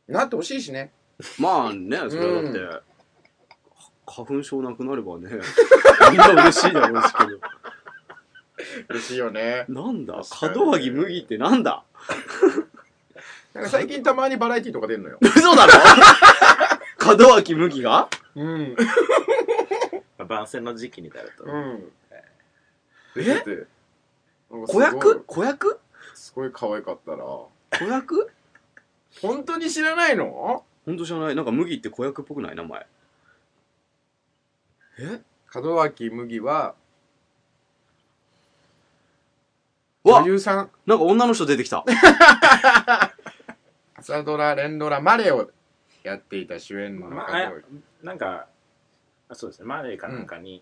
なってほしいしね。まあね、それはだって、う花粉症なくなればね、 [laughs] みんな嬉しいだろうしけど。嬉しいよね。なんだ確かにね門脇麦ってなんだなんか最近たまにバラエティとか出んのよ。嘘だろ [laughs] 門脇麦がうん。まあ、番宣の時期になると。うん。ええ子役子役すごい可愛かったら。子役本当に知らないのほんとじゃないなんか麦って子役っぽくない名前。え門脇麦は、わ女優さん、なんか女の人出てきた。朝ドラ、連ドラ、マレーをやっていた主演のまあ、あなんか、あそうですね、マレーかなんかに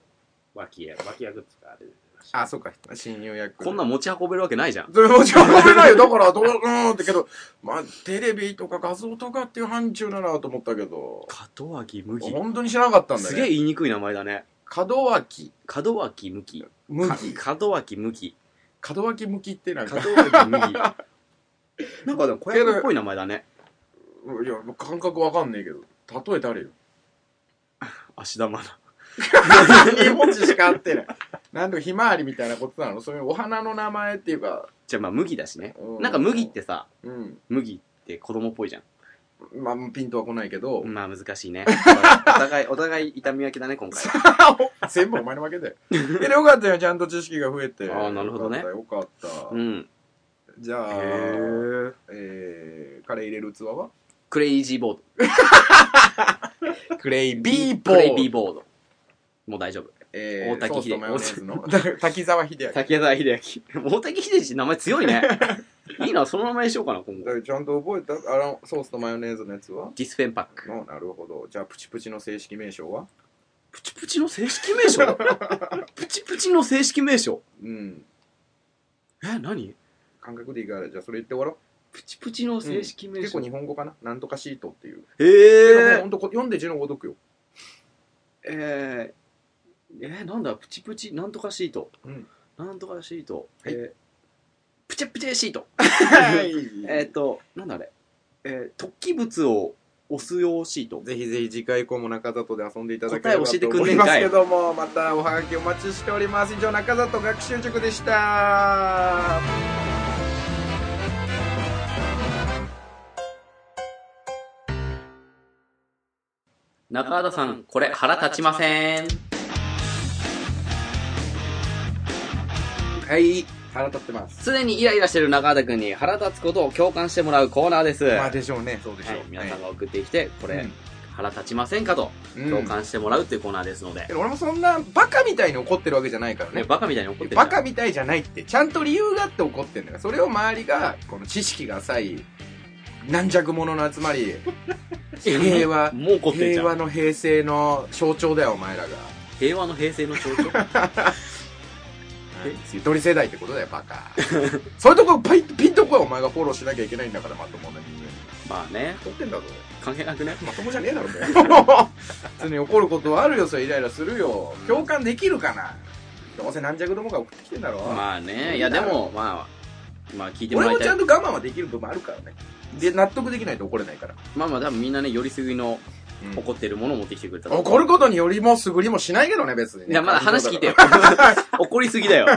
脇役、脇役っていうか、あれですねあ、そうか、親友役。こんなん持ち運べるわけないじゃん。それもちろん食べないよ。だから、どう、うーんってけど、まあ、テレビとか画像とかっていう範疇ならと思ったけど、門脇麦。本当に知らなかったんだね。すげえ言いにくい名前だね。門脇門脇麦。麦。か門脇麦。門脇向きってなん門か、い脇麦。 [laughs] なんかでも子役っぽい名前だね。や、もう感覚わかんねえけど、例え誰よ。足玉な。 [laughs] 日本人しか合ってない。なんとひまわりみたいなことなのそういうお花の名前っていうか、じゃあまあ麦だしねう。んなんか麦ってさ、うん。麦って子供っぽいじゃん。まあ、ピントは来ないけど、まあ難しいね。 [laughs] お互い、お互い痛み分けだね、今回は。 [laughs] 全部お前の負け [laughs] だよ。え、よかったよ。ちゃんと知識が増えて。あーなるほどねよかった。よかったうん。じゃあ、ーえー、カレー入れる器はクレイジーボード。クレイビーポクレイビーー。ボード。もう大丈夫。えー、大ソ滝ース秀と明マヨネーズの。 [laughs] だ滝沢秀明。竹澤秀明。大竹秀治名前強い [laughs] ね。いいな、その名前にしようかな、今後。だからちゃんと覚えたあの、ソースとマヨネーズのやつはディスフェンパック。のなるほど。じゃあ、プチプチの正式名称はプチプチの正式名 [laughs] 称プチプチの正式名称うん。え、何感覚でいいから、じゃあそれ言って終わろプチプチの正式う。名結称、構日本語かななんとかシートっていう。ええーほんとこ、読んで字のごとくよ。えー、えー、なんだ、プチプチ、なんとかシート。うんなんとかシート。はいえープチプチシート。はい。 [laughs] えーっと、なんだあれ。えー、突起物を押す用シート。ぜひぜひ次回以降も中里で遊んでいただければと思いま答すえ教えけてども、またおはがきお待ちしております。以上、中里学習塾でした。中田さん、これ腹立ちません。はい、腹立ってます。すでにイライラしてる中田くんに腹立つことを共感してもらうコーナーです。まあはい、でしょうね、そうでしょう。皆さんが送ってきて、これ、うん腹立ちませんかとうん共感してもらうっていうコーナーですので、けど俺もそんなバカみたいに怒ってるわけじゃないからね、ね。バカみたいに怒ってるバカみたいじゃないって、ちゃんと理由があって怒ってんだから、それを周りが、この知識が浅い、軟弱者の集ま [laughs] り、平和もう怒ってんじ平ゃん和の平成の象徴だよ、お前らが。平和の平成の象 [laughs] 徴ゆとり世代ってことだよ、バカ。 [laughs] そういうとこピンピンとこい、お前がフォローしなきゃいけないんだから、まともな人間。まあね怒ってんだぞ。関係なくねまともじゃねえだろ、 [laughs] もう。普通に怒ることはあるよ、それイライラするよ。共感できるかなどうせ軟弱どもが送ってきてんだろ。まあねいやでもまあまあ聞いても俺らいもたちいゃんと我慢はできる部分あるからねで納得できないと怒れないから、まあまあ多分みんなねよりすぐりの怒ってるものを持ってきてくれたと思う怒ることによりもすぐりもしないけどね別にねいやまだ話聞いて [laughs] よ怒りすぎだよ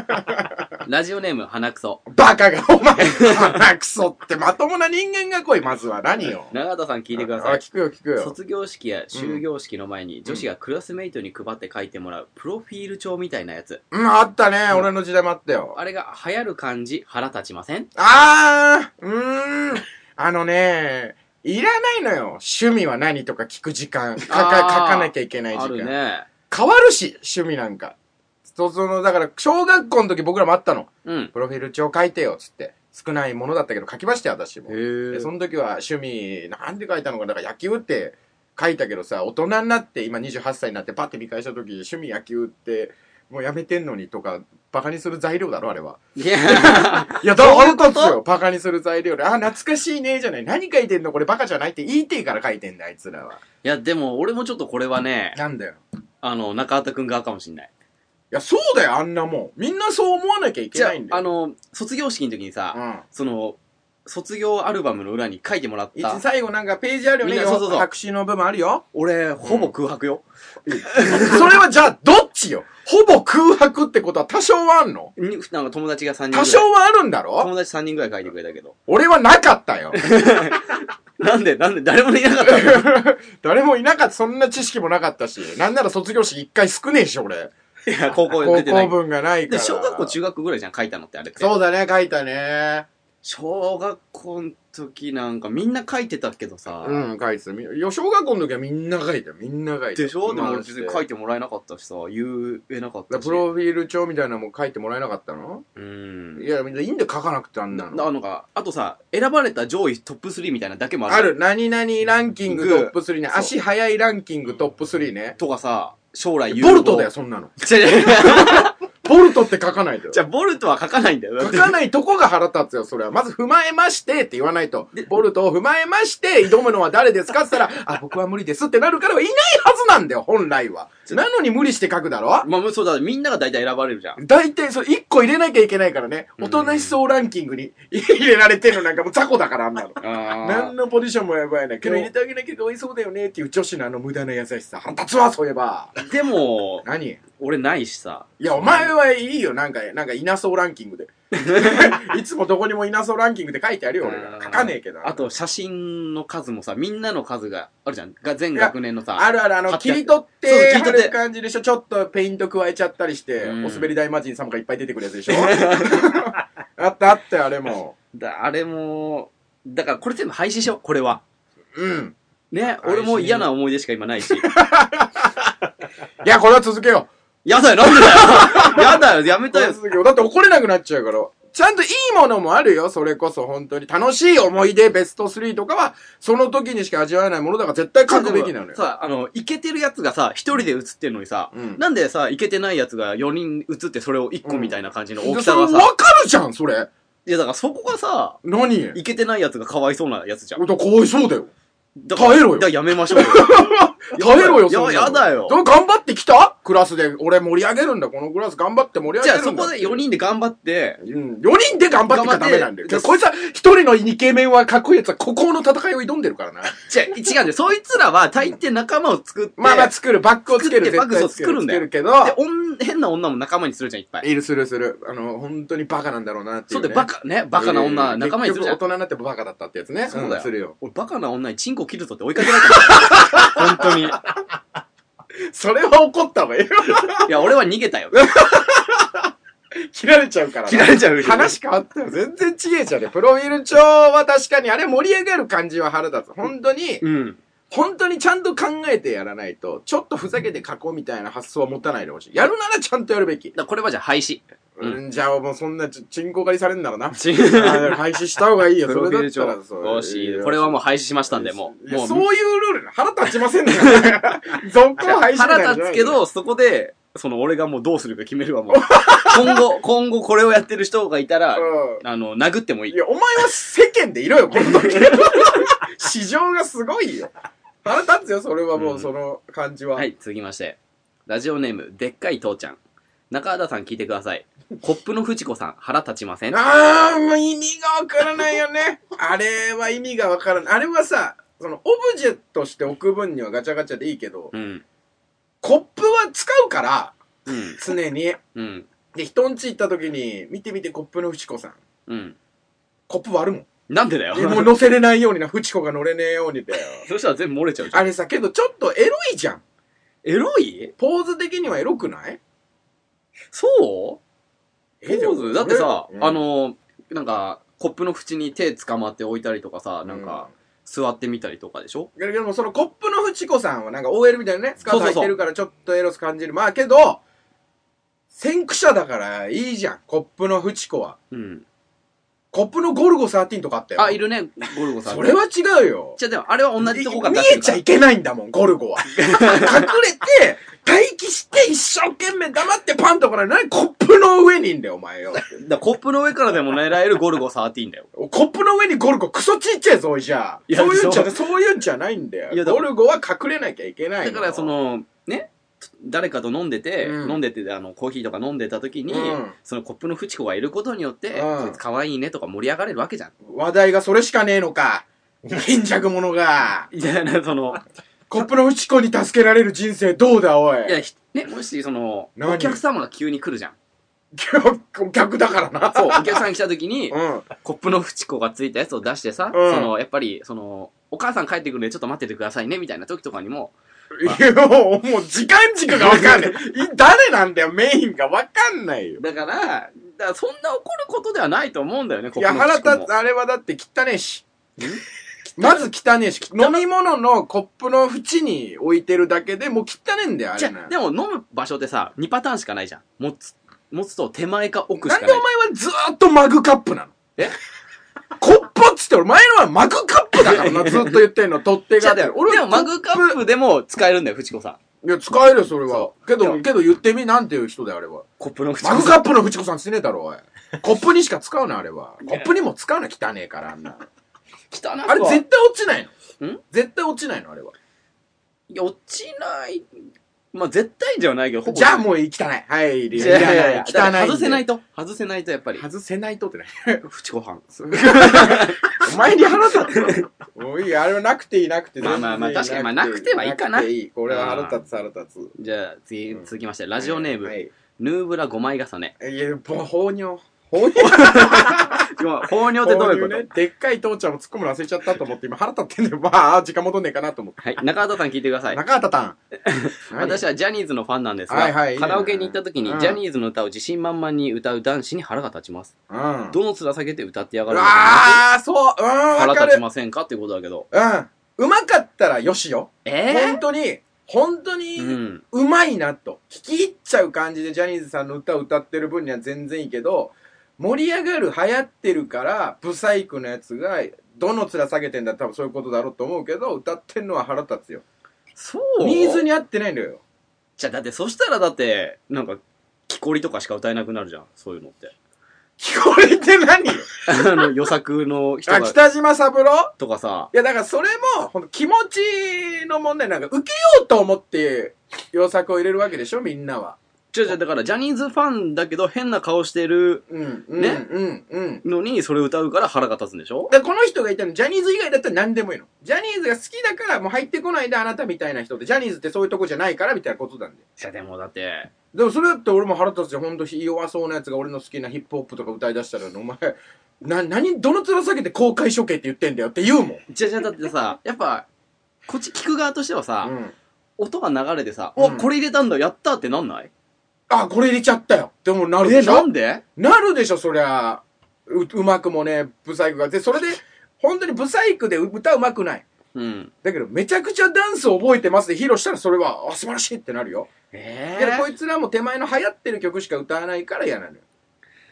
ラジオネーム鼻くそバカがお前鼻くそってまともな人間が来いまずは何よ永田さん聞いてくだあさい聞くよ聞くよ卒業式や終業式の前に女子がクラスメイトに配って書いてもらうプロフィール帳みたいなやつうんあったね、うん俺の時代もあったよあれが流行る感じ腹立ちませんあーうーんあのねいらないのよ趣味は何とか聞く時間書かあー書かなきゃいけない時あ間るね変わるし趣味なんかそそのだから小学校の時僕らもあったの [laughs] うんプロフィール帳書いてよ、つって。少ないものだったけど書きましたよ、私も。へで、その時は趣味、なんで書いたのかな、だから野球って書いたけどさ、大人になって、今28歳になってパッて見返した時、趣味野球って、もうやめてんのにとか、バカにする材料だろ、あれは。いやいや、だからあるですよ。バカにする材料で。あ、懐かしいね、じゃない。何書いてんのこれバカじゃないって言いてえから書いてんだ、あいつらは。いやでも俺もちょっとこれはねなんだよ。あの中畑くん側かもしんないいや、そうだよ、あんなもん。みんなそう思わなきゃいけじゃないんだああよ。の卒業式の時にさ、うん。その卒業アルバムの裏に書いてもらっ一た最後なんかページあるよね。みんなそうそうそう白紙の部分あるよ。俺ほぼ空白よ、それはじゃあ、どっちよほぼ空白ってことは多少はあんのになんか友達が3人ぐら多い少はあるんだろ友達3人ぐらい書いてくれたけど俺はなかったよ。なんでなんで誰もいなかったの誰もいなかった、そんな知識もなかったし。なんなら卒業式一回少ねえし、俺。いや高校高出てな校い文がないかでら。小学校中学ぐらいじゃん書いたのってあれってそうだね、書いたね。小学校の時なんかみんな書いてたけどさ、うん、書いてた。みいや、小学校の時はみんな書いたよ。みんな書いた。でしょでも俺別に書いててもらえなかったしさ言えなかったしプロフィール帳みたいなのも書いてもらえなかったのうんいや、みんないいんだよ書かなくてあんななの。なんかあとさ選ばれた上位トップ3みたいなだけもあるある、何々ランキングトップ3ね。そう足速いランキングトップ3ね。とかさ将来有望ボルトだよ、そんなの。違う違う違うボルトって書かないとよ。じゃあボルトは書かないんだよだ書ってかないとこが腹立つよ、それは。まず踏まえましてって言わないとで。ボルトを踏まえまして挑むのは誰ですかって言 [laughs] ったら、あ、僕は無理ですってなるからはいないはずなんだよ、本来は。なのに無理して書くだろまあそうだみんなが大体選ばれるじゃん大体、それ一個入れなきゃいけないからね。うん大人しそうランキングに [laughs] 入れられてるのなんかもう雑魚だ [laughs] から、あんなの。あ何のポジションもやばいね。けどでも入れてあげなきゃかわいそうだよねっていう女子のあの無駄な優しさ。腹立つわ、そういえば。ーでも何い俺ないしさや、お前はいいよ、なんか、なんかいなそうランキン [laughs] グで。いつもどこにもいなそうランキングって書いてあるよ、俺うが。ん書かねえけど。あと写真の数もさみんなの数があるじゃんが全学年のさあるある、あの、買ってあ切るり取そっうて、切り貼取ってる感じでしょ。ちょっとペイント加えちゃったりして、うんお滑り台魔人様がいっぱい出てくるや [laughs] つでしょ。あったあったよ、あれも。だあれもだからこれ全部廃止しようこれはうん。ね止俺も嫌な思い出しか今ないし [laughs] いや、これは続けよやだよなんでだよ [laughs] やだよやめう。こたれよは続けよう。だって怒れなくなっちゃうから。ちゃんといいものもあるよ、それこそ、本当に。楽しい思い出、ベスト3とかは、その時にしか味わえないものだから絶対書くべきなのよ。さあのイケてるやつがさ一人で写ってるのにさ、うんなんでさイケてないやつが4人写ってそれを1個みたいな感じの大できそされがさ、わかるじゃん、それ。いやだからそこがさ何だイケてないやつがかわいそうなやつじゃんかわいそうだよ。だから耐えろよだからやめましょうよ [laughs] 耐えろよ、いやそんなのやだよでも頑張ってきたクラスで。俺盛り上げるんだ。このクラス頑張って盛りじ上ゃあげるそんだ。こで4人で頑張ってうん、4人で頑張ってかダメなんだよ。頑張ってこいつは、一人のイケメンはかっこいいやつは、孤高の戦いを挑んでるからな。違う、違うんだよ。そいつらは大抵仲間を作って、まあまあ作る、バックをつける、作って絶バ対ックそう作るんだよつけるけどで、おん、変な女も仲間にするじゃん、いっぱい。いるするする。あの、本当にバカなんだろうなってそい、ううね。で、バカ、ね、バカな女、うん仲間にするじゃ結ん。局大人になってもバカだったってやつね。そうだよんするよ。俺、バカな女にチンコ切るぞって追いかけられたも [laughs] ん本当に。いそれは怒ったわよ。や、俺は逃げたよ。切られちゃうからな。切られちゃうよ話変わったよ。全然ちげえじゃね。プロフィール帳は確かに、あれ盛り上がる感じは腹立つ。本当に、うん。本当にちゃんと考えてやらないと、ちょっとふざけて書こうみたいな発想は持たないでほしい。やるならちゃんとやるべき。だこれはじゃあ廃止。ううんん、。じゃあもうそんなち、チンコ狩りされんならなプあ廃止した方がいいよ。そロれフィーだルった帳。らそう。よし、これはもう廃止しましたんで、も。いうやもう、そういうルールな腹立ちませんね。続行廃止みた腹いなのじゃ立なついけ、ど、そこで、その俺がもうどうするか決めるわ、もう。[laughs] 今後、今後これをやってる人がいたら、うあの、殴ってもいん。いい。や、お前は世間で [laughs] いろよ、この時。市場がすごいよ。腹立つよ、それはもううんその感じは。はい、続きまして。ラジオネーム、でっかい父ちゃん。中畑さん聞いてください。コップの藤子さん、腹立ちませんああ、もう意味がわからないよね。あれは意味がわからない。あれはさ、その、オブジェとして置く分にはガチャガチャでいいけど、うん。コップは使うから、うん。常に。うん。で、人んち行った時に、見てみてコップのフチコさん。うん。コップ割るもん。なんでだよ。えもう乗せれないようにな、フチコが乗れねえようにだよ。 [laughs] そしたら全部漏れちゃうじゃん。あれさ、けどちょっとエロいじゃん。エロいポーズ的にはエロくないそうポえでもーズだってさそ、れあの、なんか、コップの縁に手捕まって置いたりとかさ、なんか、、座ってみたりとかでしょだけども、そのコップのフチコさんはなんか OL みたいなね、スカートそうそ履いうそうてるからちょっとエロス感じる。まあけど、先駆者だからいいじゃん、コップのフチコは。うん。コップのゴルゴ13とかあったよ。あ、い。るね、ゴルゴさん。それは違うよ。じゃあでも、あれは同じとこから見出してえるちかゃらい。けないんだもん、ゴル [laughs] ゴは。隠れて、待機して一生懸命黙ってパンとから何コップの上にいんだよ、お前よ。だからコップの上からでも狙えるゴルゴ13だよ。 [laughs] コップの上にゴルゴクソちっちゃいぞ、おいじゃあ。いやそういうんじゃそな、そういうんじゃないんだいやよ。だかゴらルゴは隠れなきゃいけないだのからそ、の、ね、誰かと飲んでて、うん飲んでて、あの、コーヒーとか飲んでた時に、うんそのコップのフチコがいることによって、うんこいつ可愛いねとか盛り上がれるわけじゃん。話題がそれしかねえのか。貧弱者が。いや、その、コップのフチコに助けられる人生どうだ、お [laughs] いい。や、ひね、もし、その、何お客様が急に来るじゃん。お客だからな。そう、お客さんが来た時に、うん。コップのフチコがついたやつを出してさ、うんその、やっぱり、その、お母さん帰ってくるんでちょっと待っててくださいね、みたいな時とかにも、いや、もう時間軸がわか [laughs] んない。い誰なんだよ、メインがわかんないよ。だから、だからそんな怒ることではないと思うんだよね、コいッや、プのフ腹チコも立つ、あれはだって汚ねえし。まず汚ねえし、飲み物のコップの縁に置いてるだけでもう汚ねえんだよ、あじれゃな。なんあでも飲む場所ってさ、2パターンしかないじゃん。持つ、持つと手前か奥しかでなおい。前はずーっとマグカップなのえコップっつって俺前のはマグカップだか [laughs] らな、ずっと言ってんの、取っ手じゃあがでで。も、俺ではもマグカップでも使えるんだよ、フチコさん。いや、使えるよ、それはそ。けでど、もけど言ってみ、なんていう人だよ、あれは。コップのフチコマさん。グカップの藤子さんつねえだろ、お [laughs] い。コップにしか使うな、あれは。コップにも使うな、汚ねえから、あ [laughs] んな。汚くはあれ絶対落ちないの。ん絶対落ちないの、あれは。いや、落ちない。まあ、絶対じゃないけど、ほぼ。じゃあもう汚い。はい、いリやいやいやいや、汚いんで。外せないと。外せないと、やっぱり。外せないとってない。フチコはん。お前に腹立つ。おい、あれはなくていい、なくてまあまあまあ全然確かにまあなくてはいいかなくていいこれは腹立つ、腹立つ。じゃあ、次、うん続きまして、ラジオネーム、はい。ヌーブラ5枚重ね。いや、ぼ放尿。放尿今、放尿ってどういうこと、ね、でっかい父ちゃんを突っ込むの忘れちゃったと思って、今腹立ってんだよ。まあ、時間戻んねえかなと思って。はい、中畑さん聞いてください。中畑たん。私はジャニーズのファンなんですが、はいはいいいねカラオケに行った時に、うんジャニーズの歌を自信満々に歌う男子に腹が立ちます。うん。どの面下げて歌ってやがうるのかわあ、そう、うん、なわ腹か立ちる。ませんかっていうことだけど。うん。うまかったらよしよ。え本当に、本当えに、うん。うまいなと。聞き入っちゃう感じでジャニーズさんの歌を歌ってる分には全然いいけど、盛り上がる、流行ってるから、ブサイクのやつが、どの面下げてんだ多分そういうことだろうと思うけど、歌ってんのは腹立つよ。そうニーズに合ってないのよ。じゃあだってそしたらだって、なんか、木こりとかしか歌えなくなるじゃん。そういうのって。 [laughs] 聞こえて何よあの、予作の人あ、が北島三郎とかさ、いや、だからそれも、ほんと気持ちの問題なんか、受けようと思って、洋作を入れるわけでしょみんなは。ちょちょ、だからジャニーズファンだけど変な顔してるうん、うん、ねうん、うん。のにそれ歌うから腹が立つんでしょで、この人がいたの、ジャニーズ以外だったら何でもいいの。ジャニーズが好きだから、もう入ってこないで、あなたみたいな人で、ジャニーズってそういうとこじゃないから、みたいなことなんで。いやでもだって、でもそれだって俺も腹立つよ。ほんと、弱そうなやつが俺の好きなヒップホップとか歌い出したら、お前、な、何、どの面下げて公開処刑って言ってんだよって言うもん。じゃあじゃあだってさ、やっぱ、こっち聞く側としてはさ、うん。音が流れてさ、うんお、これ入れたんだ、やったってなんないあ、これ入れちゃったよ。でもなるえ、でしょなんでなるでしょ、そりゃ。う、うまくもね、ブサイクが。で、それで、本当にブサイクで歌うまくない。うん。だけど、めちゃくちゃダンスを覚えてますで披露したら、それは、あ、素晴らしいってなるよ。えいや、こいつらも手前の流行ってる曲しか歌わないから嫌なのよ。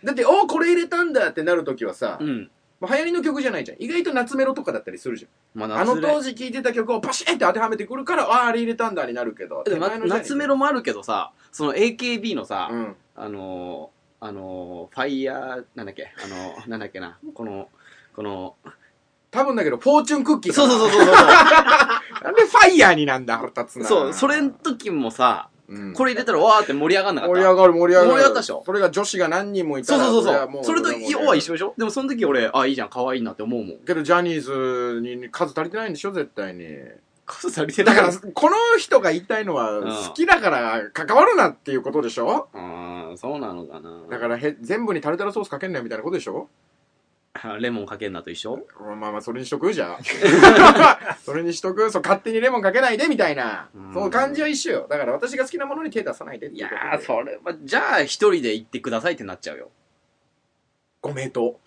だって、おこれ入れたんだってなるときはさ、うん。まあ流行りの曲じゃないじゃん。意外と夏メロとかだったりするじまゃん。あ、あの夏レ当時聴いてた曲をパシッって当てはめてくるから、ああ、あれ入れたんだになるけど。でも手前のじゃない夏メロもあるけどさ、その AKB のさ、うん。あのー、あのー、ファイヤー、なんだっけ、あのー、なんだっけな、この、この、多分だけど、フォーチュンクッキーかそなうそうそうそうなんでファイヤーになんだ、腹立つな。そう、そう、それん時もさ、うんこれ入れたらわーって盛り上がんなかった盛り上がる盛り上がる盛り上がったでしょそれが女子が何人もいそたうらそうそうれそはうもそれと盛り上要がるは一緒でしょでもその時俺あいいじゃん可愛いなって思うも [laughs] んけどジャニーズに数足りてないんでしょ絶対に数足りてなだいからこの人が言いたいのうんは好きだから関わるなっていうことでしょあーそうなのかなだからへ全部にタルタルソースかけんなよみたいなことでしょらレモンかけんなと一緒まあまあそれにしとくじ [laughs] ゃあそれにしとくそう勝手にレモンかけないでみたいなうんその感じは一緒よだから私が好きなものに手出さないでっていいうやことーでそれはじゃあ一人で行ってくださいってなっちゃうよご [laughs] 名答。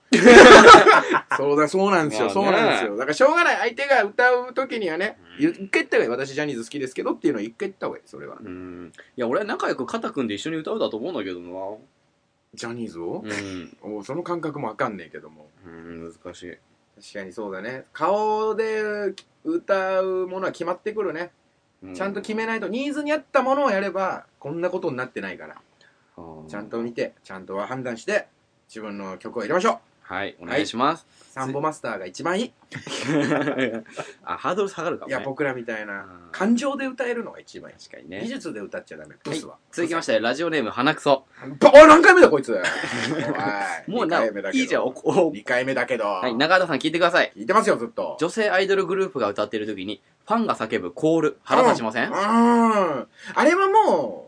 そうだ、そうなんですまあよ、ねそうなんですよ。だからしょうがない、相手が歌う時にはね、うん一回言った方がいい。私ジャニーズ好きですけどっていうのを一回言った方がいい、それはう。んいや俺は仲良く肩組んで一緒に歌うだと思うんだけどなジャニーズを、うん、おうその感覚もわかんねえけども。うん、難しい確かにそうだね。顔で歌うものは決まってくるね。うちゃんと決めないと、ニーズに合ったものをやれば、こんなことになってないから。あーちゃんと見て、ちゃんとは判断して、自分の曲を入れましょう。はいお願いします、 [laughs] サンボマスターが一番いい。あハードル下がるかも、いね、や、僕らみたいうんな。感情で歌えるのが一番いい。確かに技ね術で歌っちゃダメ。ブスは。続きましてラジオネーム花くそばおい何回目だ [laughs] こいつおいもう二な回い目だけどいじゃんおお二回目だけど、はい、中田さん聞いてください聞いてますよずっと女性アイドルグループが歌ってる時にファンが叫ぶコール腹立ちませうんんあれはもう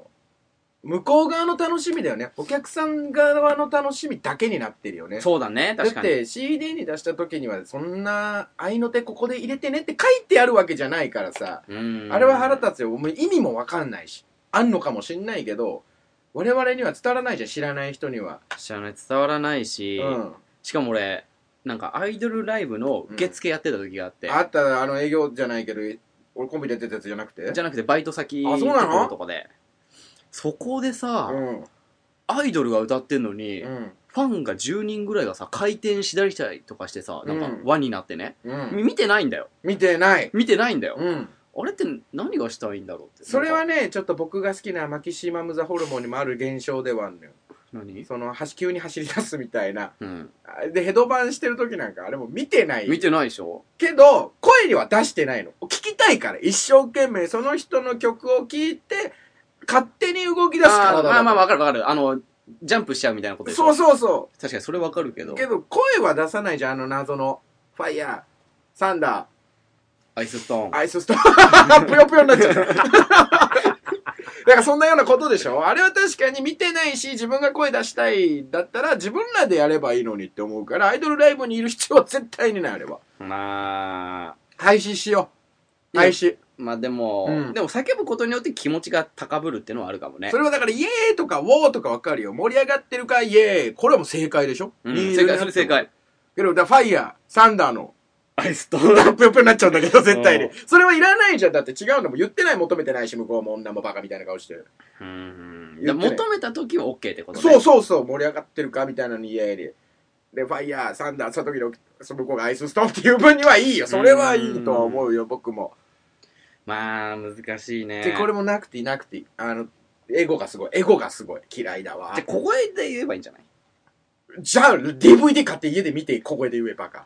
向こう側の楽しみだよねお客さん側の楽しみだけになってるよねそうだねだ確っかにて CD に出した時にはそんな「合いの手ここで入れてね」って書いてあるわけじゃないからさ、うんあれは腹立つよもう意味もわかんないしあんのかもしんないけど我々には伝わらないじゃん知らない人には、知らない伝わらないし、うんしかも俺なんかアイドルライブの受付やってた時があって、あったあの営業じゃないけど俺コンビでやってたやつじゃなくてじゃなくてバイト先あそうなのところとかでそこでさ、うんアイドルが歌ってんのに、うんファンが10人ぐらいがさ回転したりしたりとかしてさなんかうん輪になってね、うん見てないんだよ見てない見てないんだよ、うんあれって何がしたいんだろうってそれはなんかねちょっと僕が好きなマキシマム・ザ・ホルモンにもある現象ではあるのよ何、その走急に走り出すみたいなうん、あでヘドバンしてる時なんかあれも見てない見てないでしょけど声には出してないの聞きたいから一生懸命その人の曲を聴いて勝手に動き出すあ体ーまあまああわかるわかるあのジャンプしちゃうみたいなことでしょそうそうそう確かにそれわかるけどけど声は出さないじゃんあの謎のファイヤーサンダアイスストーンーアイ [laughs] スストーンぷよぷよになっちゃっただからそんなようなことでしょあれは確かに見てないし自分が声出したいだったら自分らでやればいいのにって思うからアイドルライブにいる必要は絶対にないあれはまあ廃止しよう廃止まあでも、うんでも叫ぶことによって気持ちが高ぶるっていうのはあるかもねそれはだからイエーイとかウォーとかわかるよ盛り上がってるからイエーイこれはもう正解でしょ、うんニーズ正に解なっそれ正解けどだからファイヤーサンダーのアイスストーンぷよぷよになっちゃうんだけど、絶対うにん。それはいらないじゃん。だって違うのも言ってない、求めてないし、向こうも女もバカみたいな顔して。うん言ってね求めた時は OK ってことねそうそうそう、盛り上がってるかみたいなのに家に。で、ファイヤー、サンダー、その時の、その向こうがアイスストーンっていう分にはいいよ。それはいいとは思うよ、僕も。まあ難しいねで、これもなくていいなくていい。あの、エゴがすごい。エゴがすごい。嫌いだわじゃ。あ小声で言えばいいんじゃないじゃあ、DVD 買って家で見て、小声で言えばか。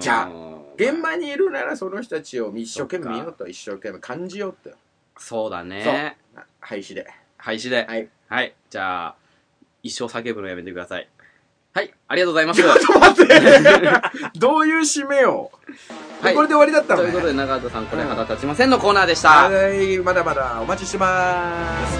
じゃあ現場にいるなら、その人たちを一生懸命見ようと、一生懸命感じようって。そうだねな廃止で。廃止でははいい、 [laughs] じゃあ一生叫ぶのやめてくださいはいありがとうございまちすょっと待って [laughs] どういう締めを、はいこれで終わりだったのといねうことで中田さんこれ腹立ちませんのコーナーでした、はいまだまだお待ちしてます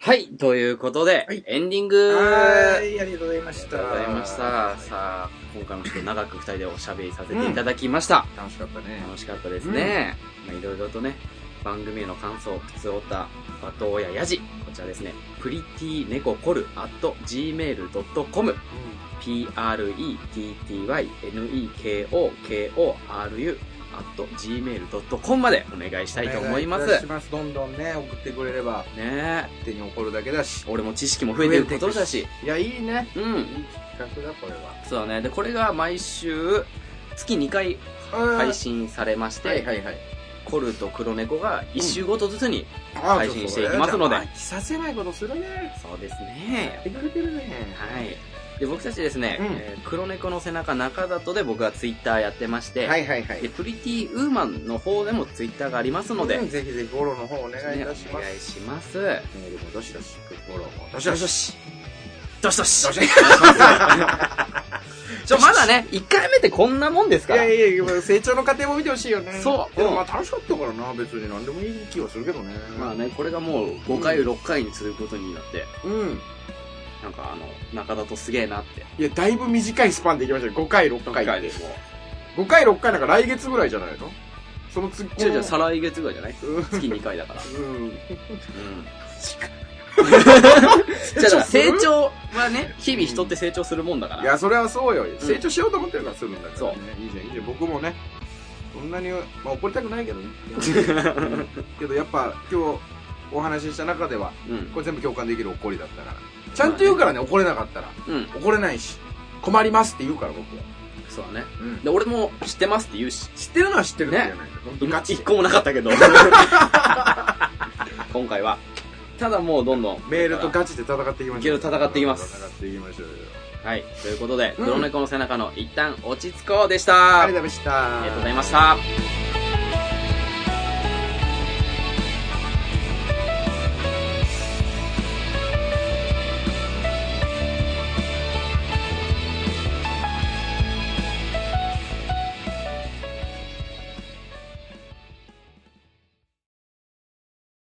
はい、ということで、はいエンディングはありいありがとうございましたがとうございました。さあ、今回もちょっと長く二人でおしゃべりさせていただきました。楽しかったね楽しかったですね。まあ、いろいろとね、番組への感想、普通おた、罵倒ややじ、こちらですね、プリティネココル at gmail.com、p-r-e-t-t-y-n-e-k-o-k-o-r-u at gmail.com までお願いしたいと思いまおす。願たしねますどんどんね送ってくれればえ、手に怒るだけだし俺も知識も増えていくことだし、いやいいねうん。いい企画だこれはそうだね。で、これが毎週、月2回配信されまして、はいはいはいコルと黒猫が1週ごとずつに、あ配信していきますのでちょっとそれじゃあ飽きさせないことするねそうですねやっ。てくれてるねはい。で、僕たちですね、うんえー黒猫の背中中里で僕はツイッターやってまして、はいはいはいで、プリティウーマンの方でもツイッターがありますので、うんぜひぜひフォローの方お願いいねたしおま願いすします。どメールもどしどしフォローもどししどどししどどし。どしどし。しちょ、まだね、1回目ってこんなもんですいから。やいやいや成長の過程も見てほしいよねそうでもまあ楽しかったからな別に何でもいい気はするけどねまあね、これがもう5回、6回にすることになって、うんなんかあの、中里すげえなって。いやだいぶ短いスパンでいきましたよ5回6回っても5回6回なんか来月ぐらいじゃないのその次う。じゃじゃ再来月ぐらいじゃないうん月2回だから。うん [laughs] うん。いじゃあ、成成長する長はね、日々人って成長するもんだから。やそれはそうよ成長しようと思ってるからするんだから、ね、そういいじゃんいいじゃん僕もねそんなに、まあ、怒りたくない [laughs] けどねうんけどやっぱ今日お話しした中ではうん。これ全部共感できる怒りだったからちゃんと言うからね怒れなかったらうん。怒れないし困りますって言うから僕は、そうだね。で、俺も知ってますって言うし。知ってるのは知ってるんだよねガチ一で個もなかったけ [laughs] ど。今回は。ただもうどんどん。メールとガチで戦っていきましょういける戦っていきます戦っていきましょうよはい。ということで、うん黒猫の背中の一旦落ち着こうでしあた。ありりがとうございましたがとうございました。